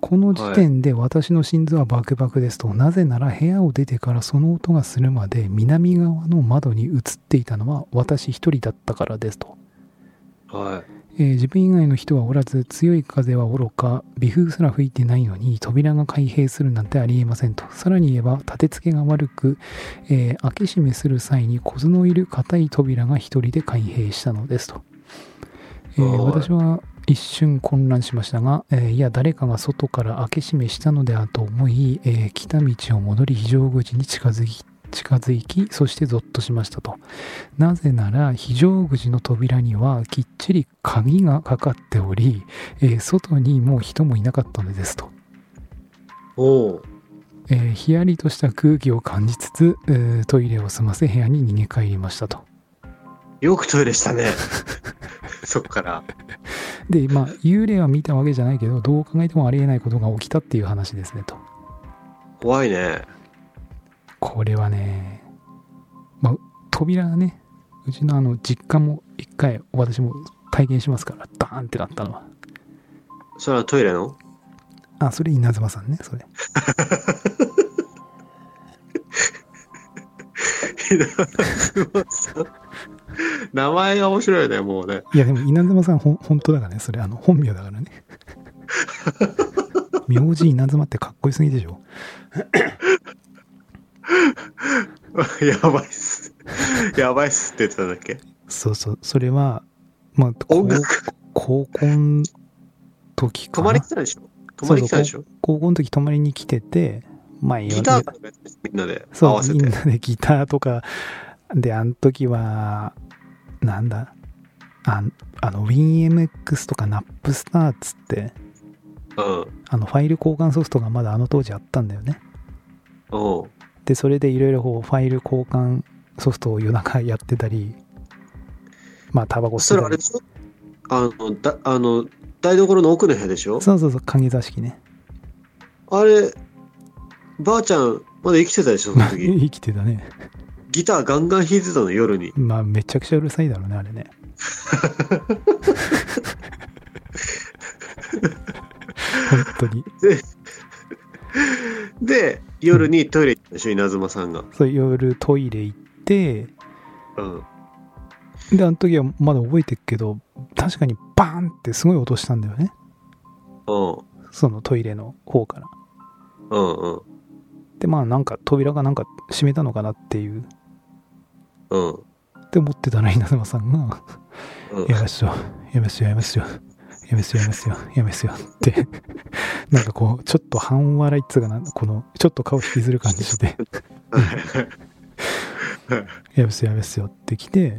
[SPEAKER 1] この時点で私の心臓はバクバクですと、なぜなら部屋を出てからその音がするまで南側の窓に映っていたのは私一人だったからですと
[SPEAKER 2] は
[SPEAKER 1] えー自分以外の人はおらず強い風はおろか微風すら吹いてないのに扉が開閉するなんてありえませんとさらに言えば立て付けが悪く、えー開け閉めする際に小のいる硬い扉が一人で開閉したのですと、えー
[SPEAKER 2] おい
[SPEAKER 1] 私は一瞬混乱しましたが、えーいや誰かが外から開け閉めしたのではと思い、えー来た道を戻り非常口に近づき近づきそしてゾッとしましたとなぜなら非常口の扉にはきっちり鍵がかかっており、えー外にもう人もいなかったのですと、
[SPEAKER 2] い。おう。
[SPEAKER 1] えーひやりとした空気を感じつつ、えートイレを済ませ部屋に逃げ帰りましたと
[SPEAKER 2] よくトイレし たね。そっから。
[SPEAKER 1] でまあ幽霊は見たわけじゃないけどどう考えてもありえないことが起きたっていう話ですねと
[SPEAKER 2] 怖いね。
[SPEAKER 1] これはねまあ扉ねうちのあの実家も一回私も体験しますからダーンってなったのは
[SPEAKER 2] それはトイレの
[SPEAKER 1] あそれ稲妻さんねそれ
[SPEAKER 2] 稲妻さん名前が面白いね、もうね。
[SPEAKER 1] いやでも稲妻さんほん本当だからねそれあの本名だからね名字稲妻ってかっこよすぎでしょ
[SPEAKER 2] やばいっす。やばいっすって言ってたんだっけ
[SPEAKER 1] そうそうそれはまあ
[SPEAKER 2] 音楽、
[SPEAKER 1] 高校の時か
[SPEAKER 2] 泊
[SPEAKER 1] な
[SPEAKER 2] まり来たでしょ泊まり来たでしょ
[SPEAKER 1] 高校の時泊まりに来てて、まあ、いわ
[SPEAKER 2] ギターとかやってたでしょみんなで合
[SPEAKER 1] そ
[SPEAKER 2] わ
[SPEAKER 1] う、
[SPEAKER 2] せ
[SPEAKER 1] みん
[SPEAKER 2] て。
[SPEAKER 1] なでギターとか、で、あの時は、なんだ、ああの、WinMX とか Napstar っつって、
[SPEAKER 2] うん。
[SPEAKER 1] あの、ファイル交換ソフトがまだあの当時あったんだよね。
[SPEAKER 2] おう
[SPEAKER 1] で、それでいろいろこう、ファイル交換ソフトを夜中やってたり、まあ、タバコ吸っ
[SPEAKER 2] それ
[SPEAKER 1] た
[SPEAKER 2] あれ
[SPEAKER 1] り
[SPEAKER 2] で。しょあの、だあの、台所の奥の部屋でしょ
[SPEAKER 1] そうそうそう、鍵座敷ね。
[SPEAKER 2] あれ、ばあちゃん、まだ生きてたでしょ、その 時。
[SPEAKER 1] 生きてたね。
[SPEAKER 2] ギターガンガン弾いてたの、夜に。
[SPEAKER 1] まあ、めちゃくちゃうるさいだろうね、あれね。本当に。
[SPEAKER 2] で、夜にトイレ行ったでしょ、稲妻さんが。
[SPEAKER 1] そう夜トイレ行って
[SPEAKER 2] うん。
[SPEAKER 1] であの時はまだ覚えてるけど確かにバーンってすごい音したんだよね
[SPEAKER 2] うん。
[SPEAKER 1] そのトイレの方から
[SPEAKER 2] うんうん。
[SPEAKER 1] でまあなんか扉がなんか閉めたのかなっていう
[SPEAKER 2] うん。
[SPEAKER 1] って思ってたら稲妻さんが
[SPEAKER 2] うん
[SPEAKER 1] 「やめっすよやめっすよやめっすよやめっすよやめっすよやめっすよ」って なんかこうちょっと半笑いっつうかなこのちょっと顔引きずる感じして「やめっすよやめっすよ」って来て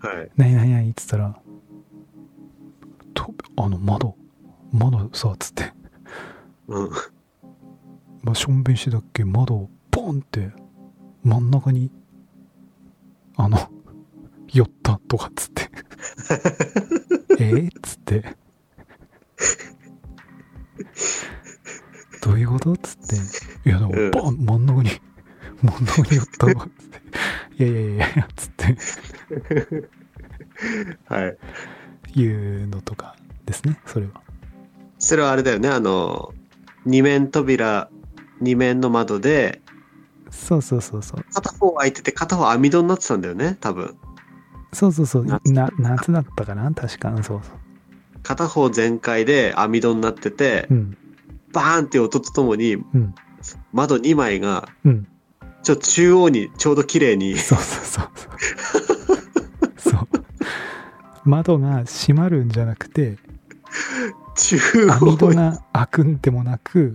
[SPEAKER 2] はい。
[SPEAKER 1] 何何何っつったら「とあの窓窓さ」っつって、
[SPEAKER 2] うん。
[SPEAKER 1] まあ、しょんべんしてたっけ窓をポンって真ん中にあの 寄ったとかっつって 「えっ?」っつって「どういうこと?」っつって「いやでも
[SPEAKER 2] うん
[SPEAKER 1] バン真ん中に真ん中に寄ったとか」っつって「いやいやいやいや」っつって
[SPEAKER 2] はい。
[SPEAKER 1] 言うのとかですねそれは。
[SPEAKER 2] それはあれだよね、あの、二面扉、二面の窓で、
[SPEAKER 1] そうそうそうそう
[SPEAKER 2] 片方開いてて、片方網戸になってたんだよね、多分。
[SPEAKER 1] そうそうそう
[SPEAKER 2] 夏
[SPEAKER 1] な夏だったかな確かうんそうそう
[SPEAKER 2] 片方全開で網戸になってて
[SPEAKER 1] う、ん
[SPEAKER 2] バーンって音とともに、
[SPEAKER 1] うん
[SPEAKER 2] 窓2枚が、
[SPEAKER 1] うん
[SPEAKER 2] ちょ、中央にちょうど綺麗に、
[SPEAKER 1] そうそうそうそうそう窓が閉まるんじゃなくて
[SPEAKER 2] 中
[SPEAKER 1] 網戸
[SPEAKER 2] 央に、
[SPEAKER 1] が開くんでもなく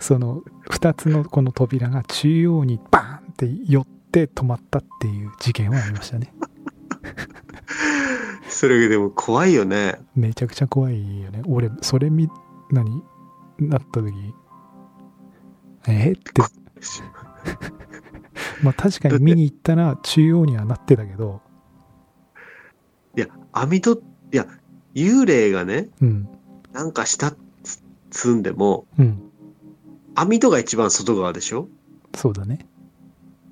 [SPEAKER 1] その2つのこの扉が中央にバーンって寄って止まったっていう事件はありましたね
[SPEAKER 2] それでも怖いよね。
[SPEAKER 1] めちゃくちゃ怖いよね俺それみ何なった時えーってまあ確かに見に行ったら中央にはなってたけど
[SPEAKER 2] いや、網戸、いや、幽霊がね、
[SPEAKER 1] うん
[SPEAKER 2] なんかしたっつつんでも、
[SPEAKER 1] うん
[SPEAKER 2] 網戸が一番外側でしょ
[SPEAKER 1] そうだね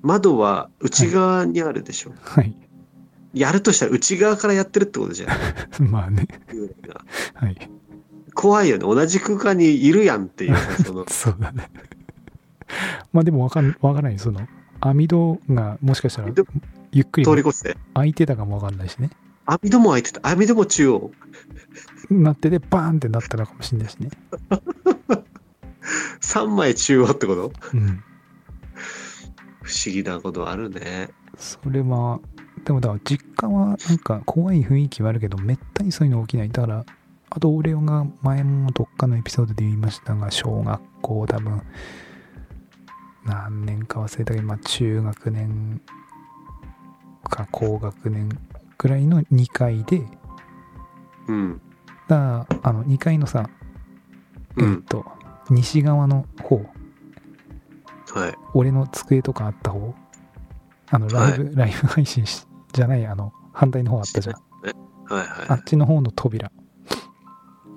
[SPEAKER 2] 窓は内側にあるでしょ、
[SPEAKER 1] はい
[SPEAKER 2] やるとしたら内側からやってるってことじゃん。
[SPEAKER 1] まあね
[SPEAKER 2] 幽霊が
[SPEAKER 1] はい、
[SPEAKER 2] 怖いよね。同じ空間にいるやんっていうさ、その
[SPEAKER 1] そうだねまあでもわかんわからないその網戸がもしかしたら
[SPEAKER 2] 網戸
[SPEAKER 1] ゆっく
[SPEAKER 2] 通り
[SPEAKER 1] り
[SPEAKER 2] 越して。
[SPEAKER 1] 開いてたかもわかんないしね
[SPEAKER 2] 網戸も開いてた。網戸も中央。
[SPEAKER 1] なっててバーンってなったのかもしれないしね
[SPEAKER 2] 3枚中央ってこと
[SPEAKER 1] うん
[SPEAKER 2] 不思議なことあるね。
[SPEAKER 1] それは、でもだから実家はなんか怖い雰囲気はあるけど、めったにそういうの起きない。だから、あと俺が前もどっかのエピソードで言いましたが、小学校多分、何年か忘れたけど、まあ中学年か高学年くらいの2階で、
[SPEAKER 2] うん。
[SPEAKER 1] だからあの2階のさ、え
[SPEAKER 2] う
[SPEAKER 1] っ
[SPEAKER 2] ん。
[SPEAKER 1] と、西側の方、
[SPEAKER 2] はい。
[SPEAKER 1] 俺の机とかあった方、あの、ライブ、ライブ配信しじゃない、あの、反対の方あったじゃん。
[SPEAKER 2] はい
[SPEAKER 1] あ
[SPEAKER 2] は
[SPEAKER 1] っちの方の扉。
[SPEAKER 2] い。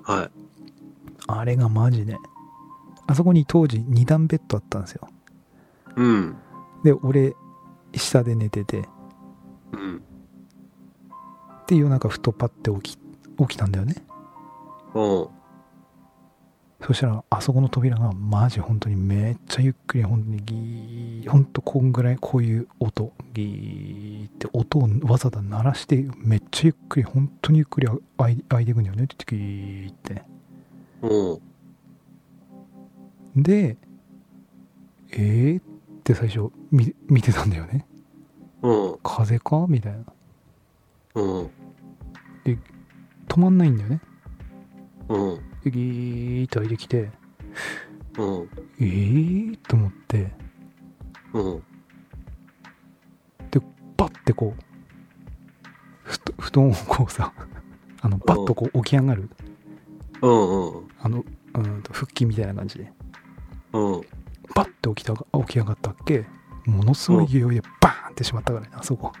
[SPEAKER 2] はい。
[SPEAKER 1] あれがマジで。あそこに当時2段ベッドあったんですよ。
[SPEAKER 2] うん。
[SPEAKER 1] で、俺、下で寝てて、
[SPEAKER 2] うん。
[SPEAKER 1] って夜中ふとパッて起き起きたんだよね
[SPEAKER 2] うん。
[SPEAKER 1] そしたらあそこの扉がマジ本当にめっちゃゆっくり本当にギーほんとこんぐらいこういう音ギーって音をわざわざ鳴らしてめっちゃゆっくり本当にゆっくり開い開いていくんだよねギーって
[SPEAKER 2] うん。
[SPEAKER 1] でえー、って最初見見てたんだよね
[SPEAKER 2] うん。
[SPEAKER 1] 風邪かみたいな
[SPEAKER 2] うん。
[SPEAKER 1] 止まんないんだよね
[SPEAKER 2] うん。
[SPEAKER 1] でギーって開いてきて
[SPEAKER 2] うん。
[SPEAKER 1] えー、と思って
[SPEAKER 2] うん。
[SPEAKER 1] バッてこうふと布団をこうさ あのバッとこう起き上がる
[SPEAKER 2] うん。うん。
[SPEAKER 1] あのうーんと腹筋みたいな感じで
[SPEAKER 2] うん。
[SPEAKER 1] バッて起きた起き上がったっけものすごい勢いでバーンってしまったからねあそこ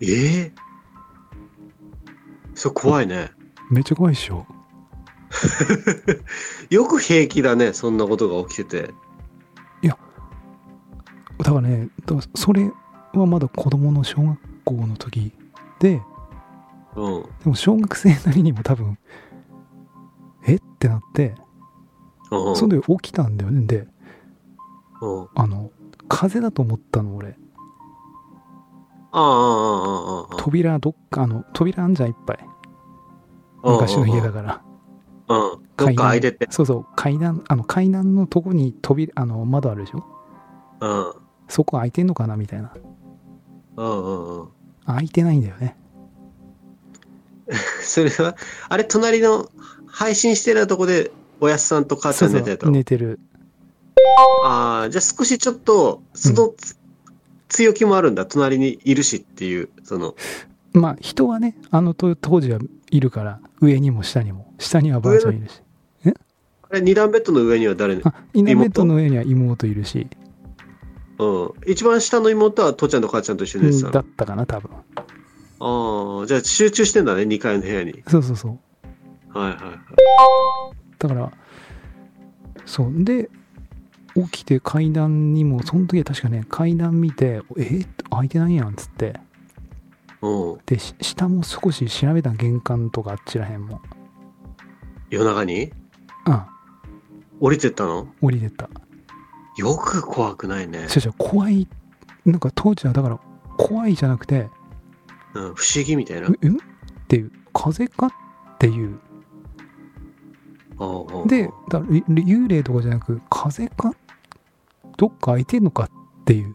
[SPEAKER 2] ええそれ怖いね。
[SPEAKER 1] めっちゃ怖いっしょ
[SPEAKER 2] よく平気だね、そんなことが起きてて。
[SPEAKER 1] だからねだからそれはまだ子供の小学校の時で
[SPEAKER 2] うん。
[SPEAKER 1] でも小学生なりにも多分えってなって
[SPEAKER 2] うん。
[SPEAKER 1] その時起きたんだよねで
[SPEAKER 2] うん。
[SPEAKER 1] あの風邪だと思ったの俺
[SPEAKER 2] ああ、ああ、ああ、ああ。
[SPEAKER 1] 扉どっかあの扉あんじゃんいっぱい昔の家だ
[SPEAKER 2] か
[SPEAKER 1] から
[SPEAKER 2] ら。うん。どっか開いてて。
[SPEAKER 1] そうそう階段あの階段のとこに扉あの窓あるでしょ
[SPEAKER 2] うん。うん
[SPEAKER 1] そこ開いてんのかなみたいな
[SPEAKER 2] うんうん。
[SPEAKER 1] 開いてないんだよね
[SPEAKER 2] それは、あれ、隣の配信してるとこで、おやすさんと母ち
[SPEAKER 1] そ
[SPEAKER 2] ゃ
[SPEAKER 1] うんそ
[SPEAKER 2] 寝てた
[SPEAKER 1] う
[SPEAKER 2] の
[SPEAKER 1] 寝てる
[SPEAKER 2] ああ、じゃあ少しちょっと、その、つ強気もあるんだ。隣にいるしっていう、その、
[SPEAKER 1] まあ人はねあのと当時はいるから上にも下にも下にはばあちゃんいるし
[SPEAKER 2] あれ、二段ベッドの上には誰に、
[SPEAKER 1] あイナベッドの上には妹いるし、
[SPEAKER 2] うん。一番下の妹は父ちゃんと母ちゃんと一緒
[SPEAKER 1] う
[SPEAKER 2] に寝て
[SPEAKER 1] ん、
[SPEAKER 2] た
[SPEAKER 1] だ
[SPEAKER 2] の。
[SPEAKER 1] ったかな多分
[SPEAKER 2] ああ、じゃあ集中してんだね、2階の部屋に。
[SPEAKER 1] そうそうそう
[SPEAKER 2] はいはいはい。
[SPEAKER 1] だからそうんで起きて階段にもその時は確かね階段見て「えー、開いてないやん」っつって
[SPEAKER 2] うん。
[SPEAKER 1] でし下も少し調べた玄関とかあっちらへんも
[SPEAKER 2] 夜中に
[SPEAKER 1] うん
[SPEAKER 2] 降りてったの
[SPEAKER 1] 降りてった
[SPEAKER 2] よく怖くないね。
[SPEAKER 1] 違う違う怖いなんか当時はだから怖いじゃなくて
[SPEAKER 2] うん、不思議みた
[SPEAKER 1] 「
[SPEAKER 2] いな。
[SPEAKER 1] うん?」っていう「風か?」っていう
[SPEAKER 2] うんうん
[SPEAKER 1] でだからり幽霊とかじゃなく「風か?」どっか開いてんのかっていう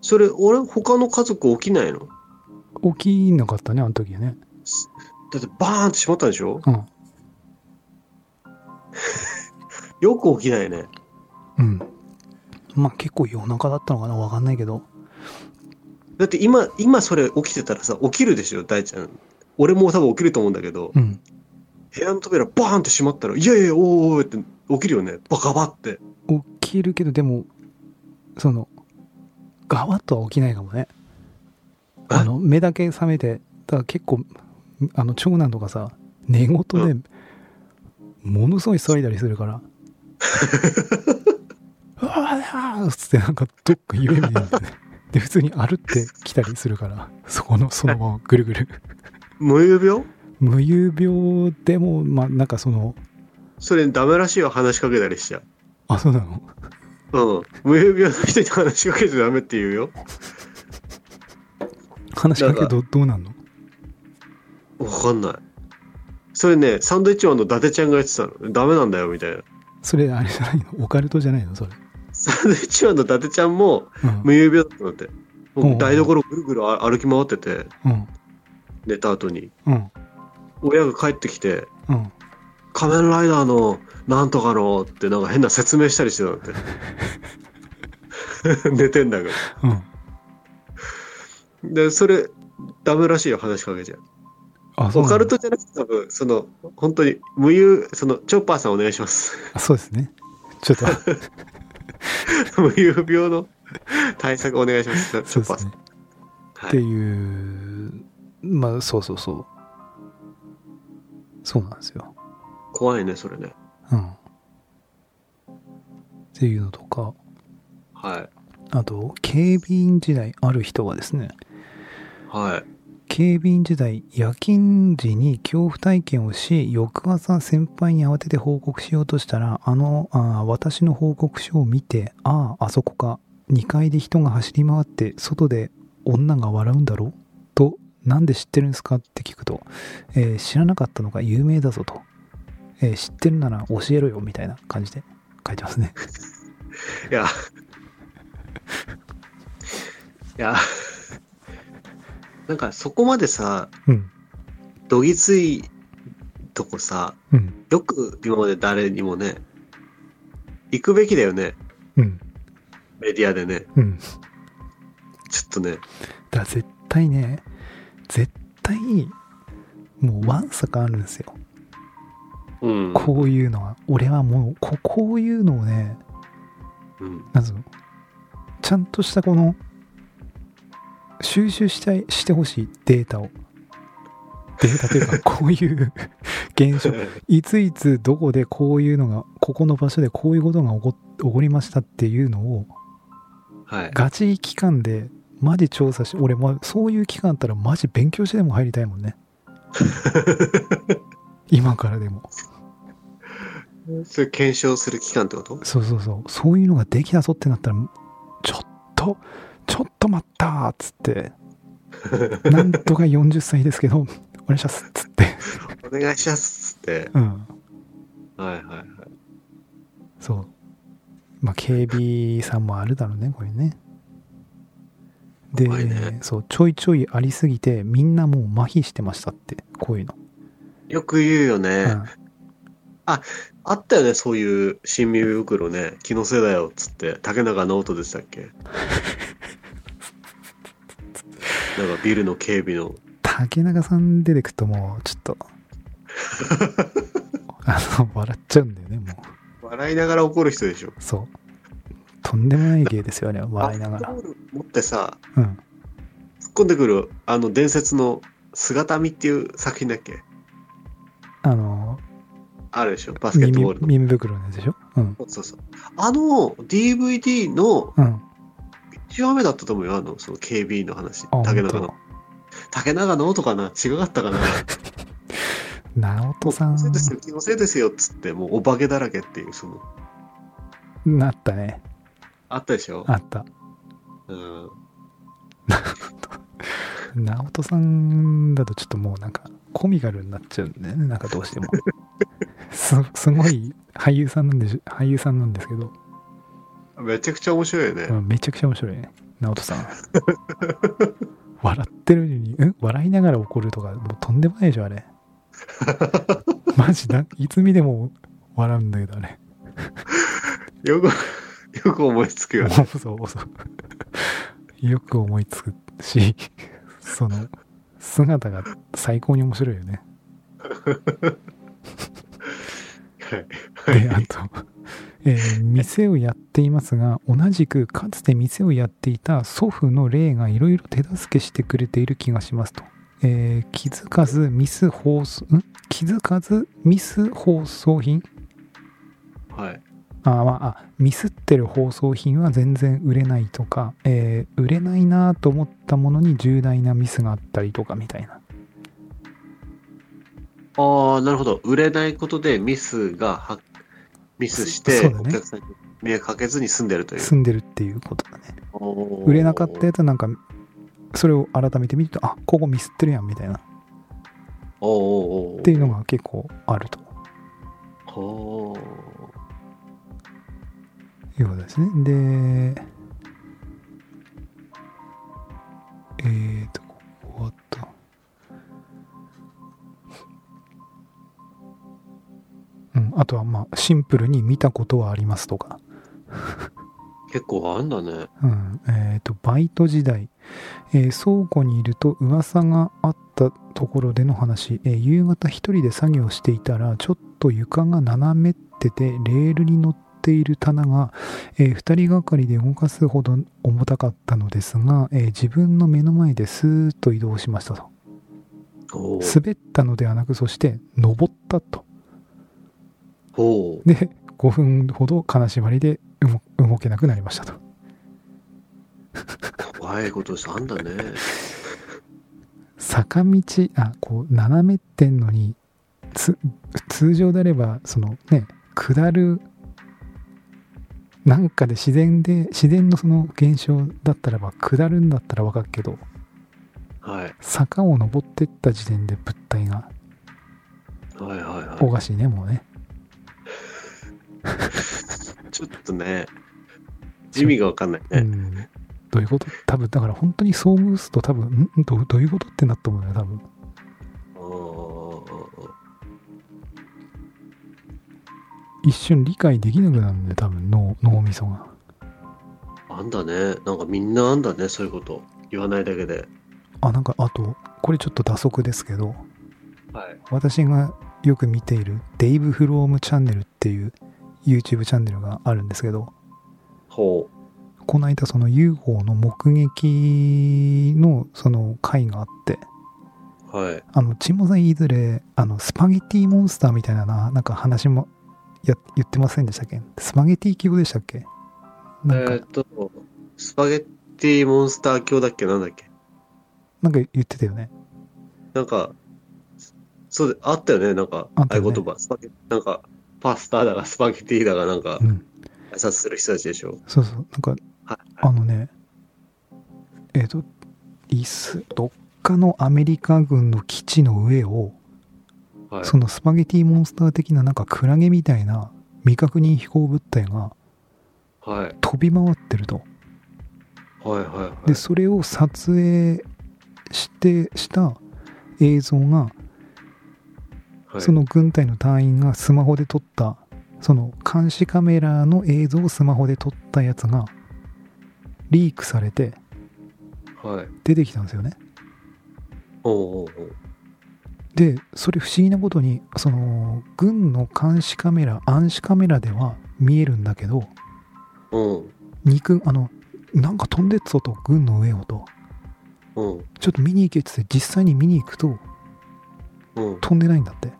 [SPEAKER 2] それ、俺、他の家族起きないの
[SPEAKER 1] 起きなかったねあの時はね
[SPEAKER 2] だってバーンってしまったんでしょ
[SPEAKER 1] うん
[SPEAKER 2] よく起きないね。
[SPEAKER 1] うんまあ結構夜中だったのかなわかんないけど
[SPEAKER 2] だって今、今それ起きてたらさ、起きるでしょ、大ちゃん。俺も多分起きると思うんだけど、
[SPEAKER 1] うん
[SPEAKER 2] 部屋の扉バーンって閉まったら、いやいや、おーおーって起きるよね。バカバって。
[SPEAKER 1] 起きるけどでもそのガワッとは起きないかもね
[SPEAKER 2] え
[SPEAKER 1] あの目だけ覚めてだから結構あの長男とかさ寝言
[SPEAKER 2] う
[SPEAKER 1] でものすごい騒いだりする から「うわーっつってなんかどっか夢見てるんだよねで普通に歩ってきたりするからそこのそのままぐるぐる
[SPEAKER 2] 無遊病
[SPEAKER 1] 無遊病でもまあなんかその
[SPEAKER 2] それダメらしいよ、話しかけたりしちゃ
[SPEAKER 1] あそうなの
[SPEAKER 2] う。うん。無遊病の人に話しかけちゃダメって言うよ。
[SPEAKER 1] 話しかけどどうなんの
[SPEAKER 2] わかんない。それね、サンドイッチマンの伊達ちゃんが言ってたの。ダメなんだよ、みたいな。
[SPEAKER 1] それあれじゃないのオカルトじゃないのそれ、
[SPEAKER 2] サンドイッチマンの伊達ちゃんも
[SPEAKER 1] うん
[SPEAKER 2] 無遊病だったんだって。
[SPEAKER 1] うん
[SPEAKER 2] もう台所ぐるぐるあ歩き回ってて、
[SPEAKER 1] うん
[SPEAKER 2] 寝た後に。
[SPEAKER 1] うん
[SPEAKER 2] 親が帰ってきて、
[SPEAKER 1] うん
[SPEAKER 2] 仮面ライダーのなんとかのってなんか変な説明したりしてたんだって 寝てんだけど
[SPEAKER 1] うん
[SPEAKER 2] でそれダメらしいよ話しかけちゃう
[SPEAKER 1] あそう
[SPEAKER 2] オ
[SPEAKER 1] な
[SPEAKER 2] カ
[SPEAKER 1] の
[SPEAKER 2] ルトじゃなくて多分その本当に無遊そのチョッパーさんお願いします
[SPEAKER 1] あそうですねちょっと
[SPEAKER 2] 無遊病の対策お願いしますチ
[SPEAKER 1] そ
[SPEAKER 2] ョ
[SPEAKER 1] う
[SPEAKER 2] ッパー
[SPEAKER 1] で
[SPEAKER 2] さ
[SPEAKER 1] す
[SPEAKER 2] ん、
[SPEAKER 1] ねっ
[SPEAKER 2] は
[SPEAKER 1] て
[SPEAKER 2] い、
[SPEAKER 1] いうまあそうそうそうそうなんですよ
[SPEAKER 2] 怖いねそれね
[SPEAKER 1] うんっていうのとか
[SPEAKER 2] はい
[SPEAKER 1] あと警備員時代ある人はですね
[SPEAKER 2] はい
[SPEAKER 1] 警備員時代夜勤時に恐怖体験をし翌朝先輩に慌てて報告しようとしたらあのあー私の報告書を見てあああそこか2階で人が走り回って外で女が笑うんだろとなんで知ってるんですかって聞くと、えー知らなかったのが有名だぞと、えー知ってるなら教えろよみたいな感じで書いてますね
[SPEAKER 2] いや、いや、なんかそこまでさ、
[SPEAKER 1] うん
[SPEAKER 2] どぎついとこさ、
[SPEAKER 1] うん
[SPEAKER 2] よく今まで誰にもね、行くべきだよね、
[SPEAKER 1] うん
[SPEAKER 2] メディアでね。
[SPEAKER 1] うん
[SPEAKER 2] ちょっとね、
[SPEAKER 1] だから絶対ね絶対もうわんさかあるんですよ
[SPEAKER 2] うん。
[SPEAKER 1] こういうのは俺はもうここういうのをね
[SPEAKER 2] うん、
[SPEAKER 1] なんつうのちゃんとしたこの収集したいしてほしいデータをデータというかこういう現象いついつどこでこういうのがここの場所でこういうことが起こ起こりましたっていうのを
[SPEAKER 2] はい。
[SPEAKER 1] ガチ期間でマジ調査し俺もそういう期間あったらマジ勉強してでも入りたいもん ね今からでも
[SPEAKER 2] それ検証する期間ってこと
[SPEAKER 1] そうそうそうそういうのができたぞってなったらちょっとちょっと待ったーっつってなんとか40歳ですけどお願いしますっつって
[SPEAKER 2] お願いしますっつって。
[SPEAKER 1] うん
[SPEAKER 2] はいはいはい。
[SPEAKER 1] そうまあ警備さんもあるだろうねこれねで、
[SPEAKER 2] うまいね
[SPEAKER 1] そうちょいちょいありすぎてみんなもう麻痺してましたってこういうの、
[SPEAKER 2] よく言うよ
[SPEAKER 1] う
[SPEAKER 2] ね。
[SPEAKER 1] ん、
[SPEAKER 2] あったよね、そういう新耳袋ね。気のせいだよ、っつって。竹中直人でしたっ けなんかビルの警備の。
[SPEAKER 1] 竹中さん出てくともうちょっ とあの笑っちゃうんだよねも
[SPEAKER 2] 笑いながら怒る人でしょ。
[SPEAKER 1] うそうとんでもない芸ですよあれは笑いなが
[SPEAKER 2] ア
[SPEAKER 1] ら
[SPEAKER 2] ップル持ってさ、
[SPEAKER 1] うん
[SPEAKER 2] 突っ込んでくる、あの伝説の姿見っていう作品だっけ
[SPEAKER 1] あの
[SPEAKER 2] あるでしょ、バスケットボー
[SPEAKER 1] 耳
[SPEAKER 2] ルの。
[SPEAKER 1] 耳袋のやつでしょうん
[SPEAKER 2] そうそうそう。あの DVD の
[SPEAKER 1] うん
[SPEAKER 2] 1話目だったと思うよ、あの、その KB の話。
[SPEAKER 1] あ
[SPEAKER 2] 竹中
[SPEAKER 1] 本
[SPEAKER 2] の。竹中のとかな違かったかな
[SPEAKER 1] 直人さ
[SPEAKER 2] 気のせいです
[SPEAKER 1] ん
[SPEAKER 2] よ、気のせいですよ、っつって、もうお化けだらけっていう、その、
[SPEAKER 1] なったね
[SPEAKER 2] あったでしょ
[SPEAKER 1] あった
[SPEAKER 2] うん。
[SPEAKER 1] 直人さんだとちょっともうなんかコミカルになっちゃうんだよねなんかどう してもすすごい俳優さんなんでし俳優さんなんですけど、
[SPEAKER 2] めちゃくちゃ面白いよね。
[SPEAKER 1] うんめちゃくちゃ面白いね直人さん笑ってるのに、うん、笑いながら怒るとかもうとんでもないでしょあれマジないつ見でも笑うんだけどあれ
[SPEAKER 2] よく、 よく思いつくよね。
[SPEAKER 1] そうそうそうよく思いつくしその姿が最高に面白いよね
[SPEAKER 2] はい。
[SPEAKER 1] であと、えー店をやっていますが同じくかつて店をやっていた祖父の霊がいろいろ手助けしてくれている気がしますと、えー気づかずミス放送ん気づかずミス放送品
[SPEAKER 2] はい。
[SPEAKER 1] あー、まあ、あミスってる放送品は全然売れないとか、えー売れないなと思ったものに重大なミスがあったりとかみたいな
[SPEAKER 2] ああ、なるほど。売れないことでミスがは、ミスし
[SPEAKER 1] そ
[SPEAKER 2] て、
[SPEAKER 1] そうだ
[SPEAKER 2] お
[SPEAKER 1] ね
[SPEAKER 2] 客さんに迷惑かけずに済んでるという。
[SPEAKER 1] 住んでるっていうことだね
[SPEAKER 2] おー
[SPEAKER 1] 売れなかったやつはなんかそれを改めて見るとあここミスってるやんみたいな
[SPEAKER 2] おーおーおー
[SPEAKER 1] っていうのが結構あると
[SPEAKER 2] おー
[SPEAKER 1] いうことですね。で、えーと、ここあった。うん、あとはまあシンプルに見たことはありますとか、
[SPEAKER 2] 結構あんだね。
[SPEAKER 1] うんえー、とバイト時代、えー倉庫にいると噂があったところでの話、えー夕方一人で作業していたらちょっと床が斜めっててレールに乗っている棚が、え2人がかりで動かすほど重たかったのですが、えー自分の目の前でスーッと移動しましたと
[SPEAKER 2] おー
[SPEAKER 1] 滑ったのではなくそして登ったと
[SPEAKER 2] おー
[SPEAKER 1] で5分ほど金縛りで動動けなくなりましたと
[SPEAKER 2] 怖いことしたんだね。
[SPEAKER 1] 坂道あこう斜めってんのにつ通常であればそのね下るなんかで自然で自然のその現象だったらば下るんだったらわかるけど
[SPEAKER 2] はい。
[SPEAKER 1] 坂を登ってった時点で物体が
[SPEAKER 2] はいはいは
[SPEAKER 1] おかしいねもうね
[SPEAKER 2] い。ちょっとね、意味がわかんないうね。
[SPEAKER 1] んどういうこと多分だから本当に遭遇すると多分んどうどういうことってなったもんね多分
[SPEAKER 2] うん
[SPEAKER 1] 一瞬理解できなくなるんだよ多分脳脳みそが
[SPEAKER 2] あんだね。なんかみんなあんだね、そういうこと。言わないだけで。
[SPEAKER 1] あなんかあとこれちょっと打足ですけど
[SPEAKER 2] はい。
[SPEAKER 1] 私がよく見ているデイブ・フロームチャンネルっていう YouTube チャンネルがあるんですけど
[SPEAKER 2] ほ
[SPEAKER 1] この間その UFO の目撃のその回があって
[SPEAKER 2] う。はい。
[SPEAKER 1] あのちんもさんいずれあのスパゲティモンスターみたいなななんか話もや言ってませんでしたっけスパゲティ級でしたっけ
[SPEAKER 2] え
[SPEAKER 1] なんか、
[SPEAKER 2] ーっと、スパゲッティモンスター教だっけなんだっけ
[SPEAKER 1] なんか言ってたよね
[SPEAKER 2] なんか、そうで、あったよね、なんか、
[SPEAKER 1] あ
[SPEAKER 2] 合
[SPEAKER 1] ったよね
[SPEAKER 2] 言葉。スパゲなんか、パスタだが、スパゲティだが、なんか
[SPEAKER 1] う、ん
[SPEAKER 2] 挨拶する人たちでしょ。
[SPEAKER 1] そうそうなんか
[SPEAKER 2] はい。
[SPEAKER 1] あのね、えっ、と、イス、どっかのアメリカ軍の基地の上を、
[SPEAKER 2] はい、
[SPEAKER 1] そのスパゲティモンスター的な、なんかクラゲみたいな未確認飛行物体が
[SPEAKER 2] はい。
[SPEAKER 1] 飛び回ってると。
[SPEAKER 2] はい。はい。
[SPEAKER 1] で、それを撮影して、した映像が、
[SPEAKER 2] はい、
[SPEAKER 1] その軍隊の隊員がスマホで撮った、その監視カメラの映像をスマホで撮ったやつが、リークされて
[SPEAKER 2] はい。
[SPEAKER 1] 出てきたんですよね。
[SPEAKER 2] おうおうおう
[SPEAKER 1] でそれ不思議なことにその軍の監視カメラ暗視カメラでは見えるんだけど
[SPEAKER 2] うん。
[SPEAKER 1] 肉あのなんか飛んでっぞと軍の上をと
[SPEAKER 2] うん。
[SPEAKER 1] ちょっと見に行けっつって実際に見に行くと
[SPEAKER 2] うん。
[SPEAKER 1] 飛んでないんだって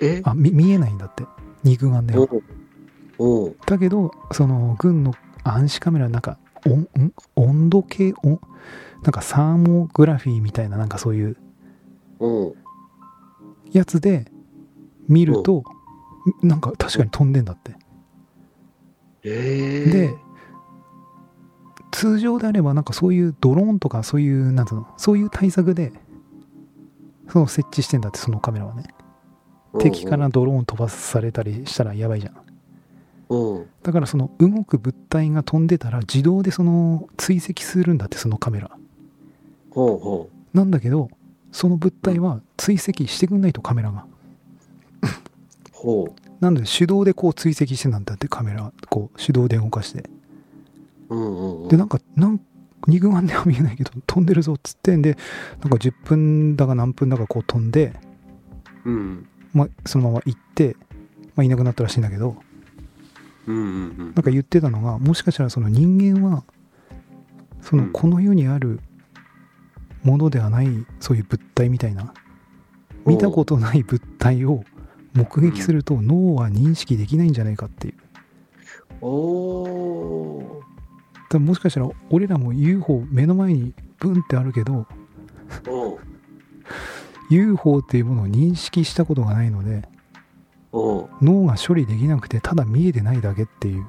[SPEAKER 2] え
[SPEAKER 1] あみ見えないんだって肉眼で
[SPEAKER 2] お
[SPEAKER 1] は
[SPEAKER 2] うおう
[SPEAKER 1] だけどその軍の暗視カメラなんか温ん温度計温なんかサーモグラフィーみたいななんかそういう
[SPEAKER 2] おう
[SPEAKER 1] やつで見るとなんか確かに飛んでんだって
[SPEAKER 2] えー、
[SPEAKER 1] で、通常であればなんかそういうドローンとかそういうなんつうのそういう対策でその設置してんだってそのカメラはね敵からドローン飛ばされたりしたらやばいじゃん
[SPEAKER 2] うん。うん。
[SPEAKER 1] だからその動く物体が飛んでたら自動でその追跡するんだってそのカメラ
[SPEAKER 2] ほうほう。
[SPEAKER 1] なんだけどその物体は追跡してくんないとカメラが
[SPEAKER 2] ほ
[SPEAKER 1] なので手動でこう追跡してなんだってカメラこう手動で動かして
[SPEAKER 2] う。うんうんうん。
[SPEAKER 1] でなんかなん肉眼では見えないけど飛んでるぞっつってんでなんか10分だか何分だかこう飛んで、
[SPEAKER 2] うん。
[SPEAKER 1] まあ、そのまま行って、まあ、いなくなったらしいんだけど
[SPEAKER 2] うんうんうん
[SPEAKER 1] な。んか言ってたのがもしかしたらその人間はそうの
[SPEAKER 2] ん
[SPEAKER 1] この世にあるものではないそういう物体みたいな見たことない物体を目撃すると脳は認識できないんじゃないかっていう
[SPEAKER 2] おお。
[SPEAKER 1] だからもしかしたら俺らも UFO 目の前にブンってあるけど
[SPEAKER 2] おう
[SPEAKER 1] UFO っていうものを認識したことがないので
[SPEAKER 2] おう
[SPEAKER 1] 脳が処理できなくてただ見えてないだけっていう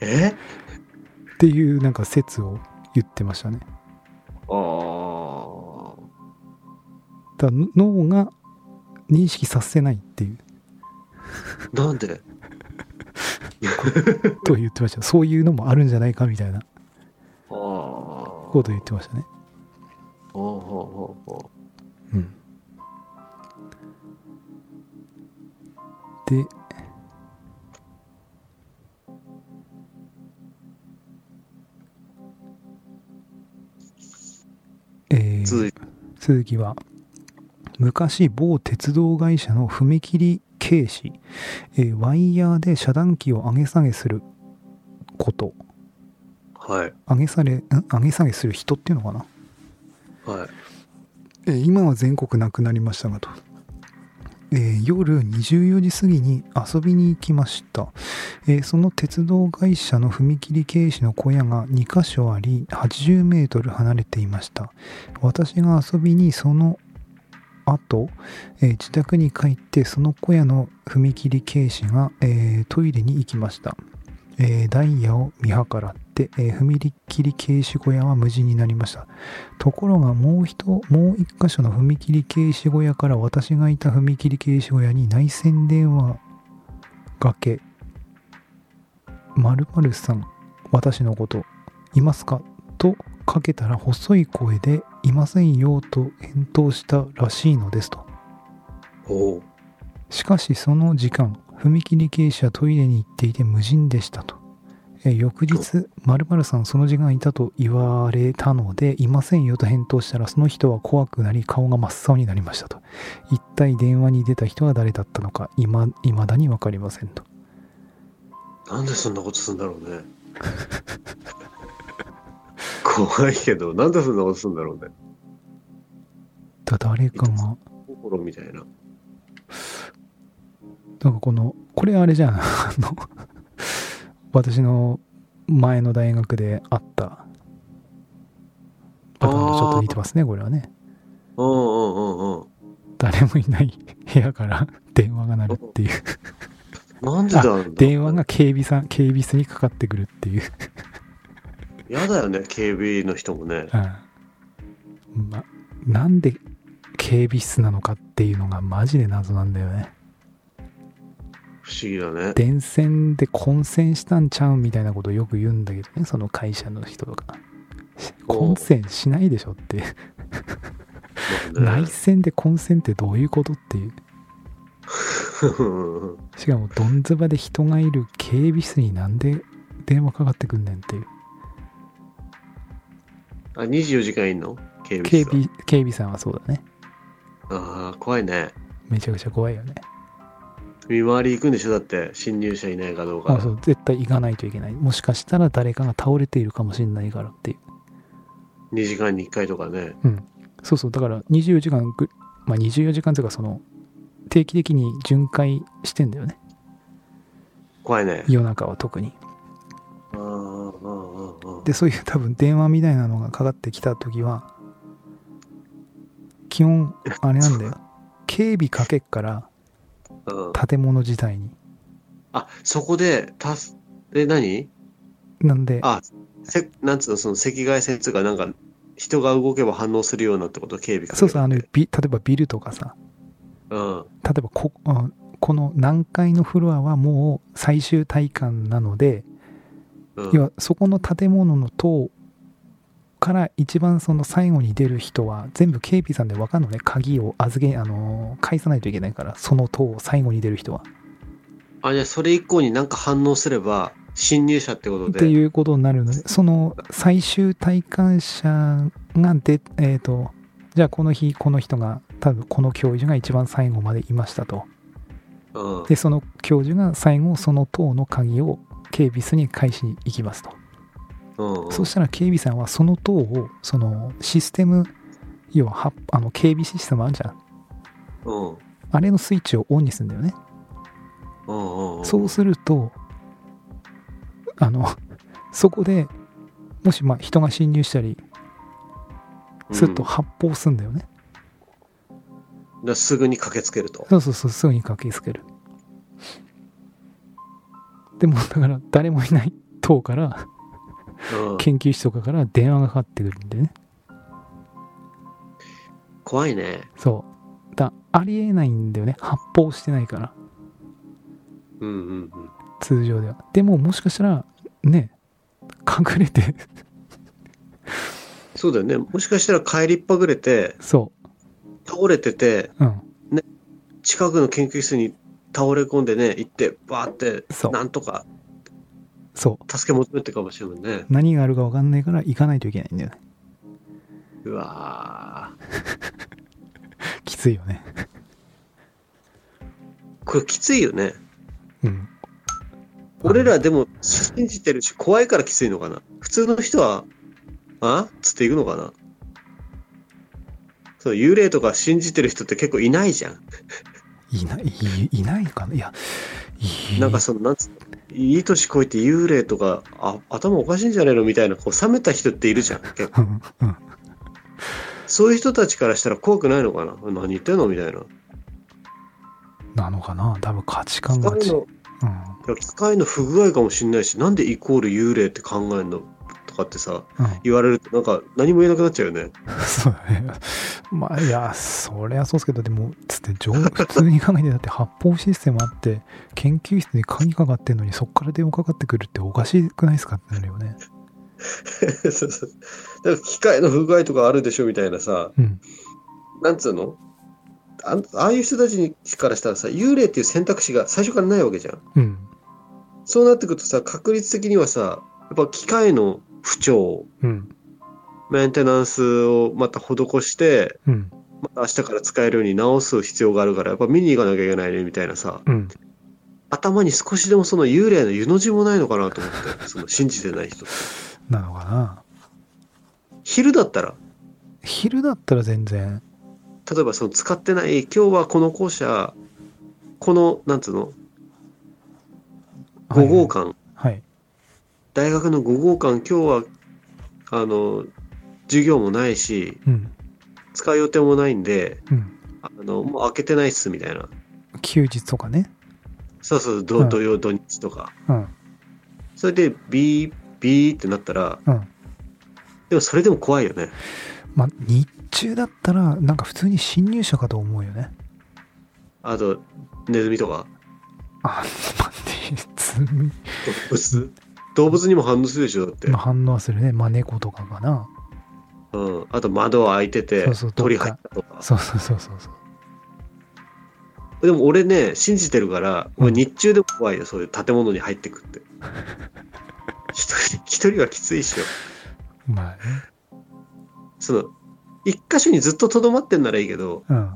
[SPEAKER 2] え
[SPEAKER 1] っていうなんか説を言ってましたね
[SPEAKER 2] ああ。
[SPEAKER 1] だから脳が認識させないっていう
[SPEAKER 2] なんで
[SPEAKER 1] と言ってましたそういうのもあるんじゃないかみたいな
[SPEAKER 2] ああ。ほ
[SPEAKER 1] こ
[SPEAKER 2] う
[SPEAKER 1] と言ってましたね
[SPEAKER 2] ほうほうほ
[SPEAKER 1] うんでえー
[SPEAKER 2] う。続いて。
[SPEAKER 1] 続きは昔某鉄道会社の踏切軽視、えーワイヤーで遮断機を上げ下げすること
[SPEAKER 2] はい。
[SPEAKER 1] 上げ下げん上げ下げする人っていうのかな、
[SPEAKER 2] はい。
[SPEAKER 1] えー今は全国なくなりましたがと、えー夜24時過ぎに遊びに行きました、えーその鉄道会社の踏切警視の小屋が2か所あり80メートル離れていました私が遊びにその後、えー自宅に帰ってその小屋の踏切警視が、えートイレに行きました、えーダイヤを見計らって、えー踏切警視小屋は無事になりましたところがもう一もう一箇所の踏切警視小屋から私がいた踏切警視小屋に内線電話がけ〇〇さん私のこといますかとかけたら細い声でいませんよと返答したらしいのですと
[SPEAKER 2] おう
[SPEAKER 1] しかしその時間踏切警視はトイレに行っていて無人でしたと。えー翌日、〇〇さんその時間いたと言われたので、いませんよと返答したら、その人は怖くなり、顔が真っ青になりましたと。一体電話に出た人は誰だったのか、いま未だにわかりませんと。
[SPEAKER 2] なんでそんなことするんだろうね怖いけどなんでそんなことするんだろうね
[SPEAKER 1] だ誰かが、
[SPEAKER 2] 心みたいな
[SPEAKER 1] なんかこの、これあれじゃん、あの、私の前の大学であったパターンとちょっと似てますね、これはね。
[SPEAKER 2] うんうんうんうん
[SPEAKER 1] 誰もいない部屋から 電話が鳴るっていう
[SPEAKER 2] なんでだろうね
[SPEAKER 1] 電話が警備さん警備室にかかってくるっていう、
[SPEAKER 2] 嫌だよね警備の人もね
[SPEAKER 1] うんま、なんで警備室なのかっていうのがマジで謎なんだよね
[SPEAKER 2] 不思議だね
[SPEAKER 1] 電線で混線したんちゃうんみたいなことをよく言うんだけどねその会社の人とかし
[SPEAKER 2] おう
[SPEAKER 1] 混線しないでしょって
[SPEAKER 2] まあね
[SPEAKER 1] 内線で混線ってどういうことっていう
[SPEAKER 2] うん
[SPEAKER 1] しかもどんずばで人がいる警備室になんで電話かかってくんねんっていう
[SPEAKER 2] あ24時間いんの警備
[SPEAKER 1] 警
[SPEAKER 2] 室は
[SPEAKER 1] 備警備さんはそうだね
[SPEAKER 2] ああ怖いね
[SPEAKER 1] めちゃくちゃ怖いよね
[SPEAKER 2] 見回り行くんでしょだって侵入者いないかどうか
[SPEAKER 1] あそう絶対行かないといけないもしかしたら誰かが倒れているかもしれないからっていう
[SPEAKER 2] 2時間に1回とかね
[SPEAKER 1] そうそうだから24時間ぐまあ24時間というかその定期的に巡回してんだよね
[SPEAKER 2] 怖いね
[SPEAKER 1] 夜中は特に
[SPEAKER 2] あーあーあーあー
[SPEAKER 1] でそういう多分電話みたいなのがかかってきた時は基本あれなんだ よ警備かけっから
[SPEAKER 2] うん
[SPEAKER 1] 建物自体に
[SPEAKER 2] あそこでたすで何
[SPEAKER 1] なんで
[SPEAKER 2] あせなんつうのその赤外線つうかなんか人が動けば反応するようなってこと警備かける
[SPEAKER 1] そうそうあのビ例えばビルとかさ
[SPEAKER 2] うん
[SPEAKER 1] 例えばこあこの何階のフロアはもう最終体感なので、
[SPEAKER 2] うん
[SPEAKER 1] 要はそこの建物の塔から一番その最後に出る人は全部警備さんで分かるのね鍵を預け、あのー返さないといけないからその塔を最後に出る人は。
[SPEAKER 2] あじゃあそれ以降になんか反応すれば侵入者ってこと
[SPEAKER 1] っ
[SPEAKER 2] で
[SPEAKER 1] ていうことになるのでその最終体感者がでえっ、とじゃあこの日この人が多分この教授が一番最後までいましたと。
[SPEAKER 2] うん、
[SPEAKER 1] でその教授が最後その塔の鍵を警備室に返しに行きますと。
[SPEAKER 2] うんうん、
[SPEAKER 1] そしたら警備さんはその塔をそのシステム要ははあの警備システムあるじゃん
[SPEAKER 2] うんうん
[SPEAKER 1] あれのスイッチをオンにするんだよね
[SPEAKER 2] うんうん
[SPEAKER 1] そうするとあの そこでもしまあ人が侵入したりすると発砲するんだよね、
[SPEAKER 2] うんだからすぐに駆けつけると
[SPEAKER 1] そうそうそうすぐに駆けつけるでもだから誰もいない塔から
[SPEAKER 2] うん
[SPEAKER 1] 研究室とかから電話がかかってくるんでね
[SPEAKER 2] 怖いね
[SPEAKER 1] そうだありえないんだよね発砲してないから
[SPEAKER 2] うんうんうん
[SPEAKER 1] 通常ではでももしかしたらね隠れて
[SPEAKER 2] そうだよねもしかしたら帰りっぱぐれて
[SPEAKER 1] そ
[SPEAKER 2] 倒れてて
[SPEAKER 1] ううん
[SPEAKER 2] 近くの研究室に倒れ込んでね行ってバーって
[SPEAKER 1] そう
[SPEAKER 2] なんとか
[SPEAKER 1] そう
[SPEAKER 2] 助け求めてかもしれないね
[SPEAKER 1] 何があるか分かんないから行かないといけないんだよね
[SPEAKER 2] うわー
[SPEAKER 1] きついよね
[SPEAKER 2] これきついよね
[SPEAKER 1] うん
[SPEAKER 2] 俺らでも信じてるし怖いからきついのかな普通の人はあつっていくのかなそう幽霊とか信じてる人って結構いないじゃん
[SPEAKER 1] いないいいないかないやい
[SPEAKER 2] なんかその、なんついい年こいて幽霊とか、あ、頭おかしいんじゃねえのみたいな、こう、冷めた人ってい るじゃん。結構
[SPEAKER 1] うんうん
[SPEAKER 2] そういう人たちからしたら怖くないのかな何言ってんのみたいな。
[SPEAKER 1] なのかな多分価値観
[SPEAKER 2] 機
[SPEAKER 1] が
[SPEAKER 2] 械
[SPEAKER 1] ち、うん、
[SPEAKER 2] の、いや機械の不具合かもしんないし、なんでイコール幽霊って考えるのとかってさ、
[SPEAKER 1] うん
[SPEAKER 2] 言われるとなんか何も言えなくなっちゃうよね。
[SPEAKER 1] そうだね。まあ、いや、そりゃそうですけど、でも、つって、上普通に考えて、だって発泡システムあって、研究室に鍵かかってんのに、そっから電話かかってくるっておかしくないですかってなるよね。
[SPEAKER 2] そうそう。だから機械の不具合とかあるでしょみたいなさ、
[SPEAKER 1] うん。
[SPEAKER 2] なんつうのあああいう人たちからしたらさ、幽霊っていう選択肢が最初からないわけじゃん。
[SPEAKER 1] うん。
[SPEAKER 2] そうなってくるとさ、確率的にはさ、やっぱ機械の不調、
[SPEAKER 1] うん。
[SPEAKER 2] メンテナンスをまた施して、
[SPEAKER 1] うん。
[SPEAKER 2] また明日から使えるように直す必要があるから、やっぱ見に行かなきゃいけないね、みたいなさ、
[SPEAKER 1] うん。
[SPEAKER 2] 頭に少しでもその幽霊の湯の字もないのかなと 思って、その信じてない人。
[SPEAKER 1] なのかな。
[SPEAKER 2] 昼だったら、
[SPEAKER 1] 昼だったら全然、
[SPEAKER 2] 例えばその使ってない、今日はこの校舎、この、なんつうの、5号
[SPEAKER 1] か。
[SPEAKER 2] 館、
[SPEAKER 1] はい。
[SPEAKER 2] 大学の5号館、今日は、あの、授業もないし、
[SPEAKER 1] うん。
[SPEAKER 2] 使う予定もないんで、
[SPEAKER 1] うん。
[SPEAKER 2] あの、もう開けてないっす、みたいな。
[SPEAKER 1] 休日とかね。
[SPEAKER 2] そうそう、
[SPEAKER 1] う
[SPEAKER 2] 土
[SPEAKER 1] ん
[SPEAKER 2] 土曜、土日とか。
[SPEAKER 1] うん。
[SPEAKER 2] それで、ビー、ビーってなったら、
[SPEAKER 1] うん。
[SPEAKER 2] でもそれでも怖いよね。
[SPEAKER 1] まあ、日中だったら、なんか普通に侵入者かと思うよね。
[SPEAKER 2] あと、ネズミとか、
[SPEAKER 1] あ、待って、普通に
[SPEAKER 2] 動物。動物にも反応するでしょ、だって
[SPEAKER 1] まあ。反応はするね。まあ、猫とかかな。
[SPEAKER 2] うん。あと、窓は開いてて
[SPEAKER 1] そうそう、どっか
[SPEAKER 2] 鳥入ったとか。
[SPEAKER 1] そうそうそうそうそう。
[SPEAKER 2] でも俺ね、信じてるから、
[SPEAKER 1] うん
[SPEAKER 2] 俺日中でも怖いよ、そういう建物に入って くって。一人、一人はきついっしょ。
[SPEAKER 1] まあね。
[SPEAKER 2] その、一箇所にずっと留まってんならいいけど、
[SPEAKER 1] うん。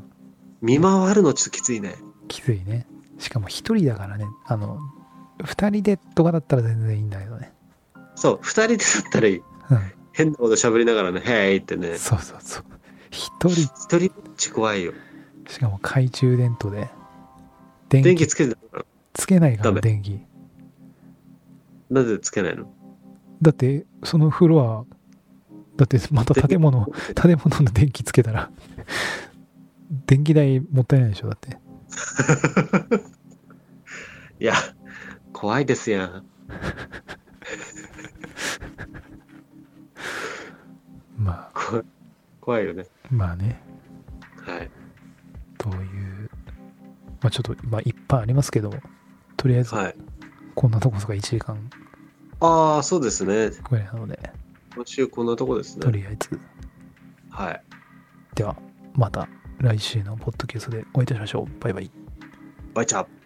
[SPEAKER 2] 見回るのちょっときついね。
[SPEAKER 1] きついね。しかも一人だからね、あの、二人でとかだったら全然いいんだけどね。
[SPEAKER 2] そう、二人でだったらいい。
[SPEAKER 1] う
[SPEAKER 2] 変なこと喋りながらね、へーいってね
[SPEAKER 1] ん。。そうそうそう。一人、
[SPEAKER 2] 一人ぼっち怖いよ。
[SPEAKER 1] しかも懐中電灯で、電
[SPEAKER 2] 電
[SPEAKER 1] 気
[SPEAKER 2] 気つけてたの
[SPEAKER 1] つけないから、
[SPEAKER 2] ダメ
[SPEAKER 1] 電気。
[SPEAKER 2] なぜつけないの
[SPEAKER 1] だって、そのフロア、だってまた建 物、建物の電気つけたら、電気代もったいないでしょ、だって。
[SPEAKER 2] いや、怖いですやん。
[SPEAKER 1] ま
[SPEAKER 2] 怖い怖いよね。
[SPEAKER 1] あ、まあね。
[SPEAKER 2] はい。
[SPEAKER 1] という、まあちょっと、まあいっぱいありますけども、とりあえず
[SPEAKER 2] はい。
[SPEAKER 1] こんなとこですか、1時間
[SPEAKER 2] ああ、そうですね。
[SPEAKER 1] ぐらいなので、
[SPEAKER 2] 今週こんなとこです
[SPEAKER 1] と
[SPEAKER 2] ね。
[SPEAKER 1] りあえず、
[SPEAKER 2] はい。
[SPEAKER 1] ではまた来週のポッドキャストでお会いいたしましょう。バイバイ。
[SPEAKER 2] バイチャー。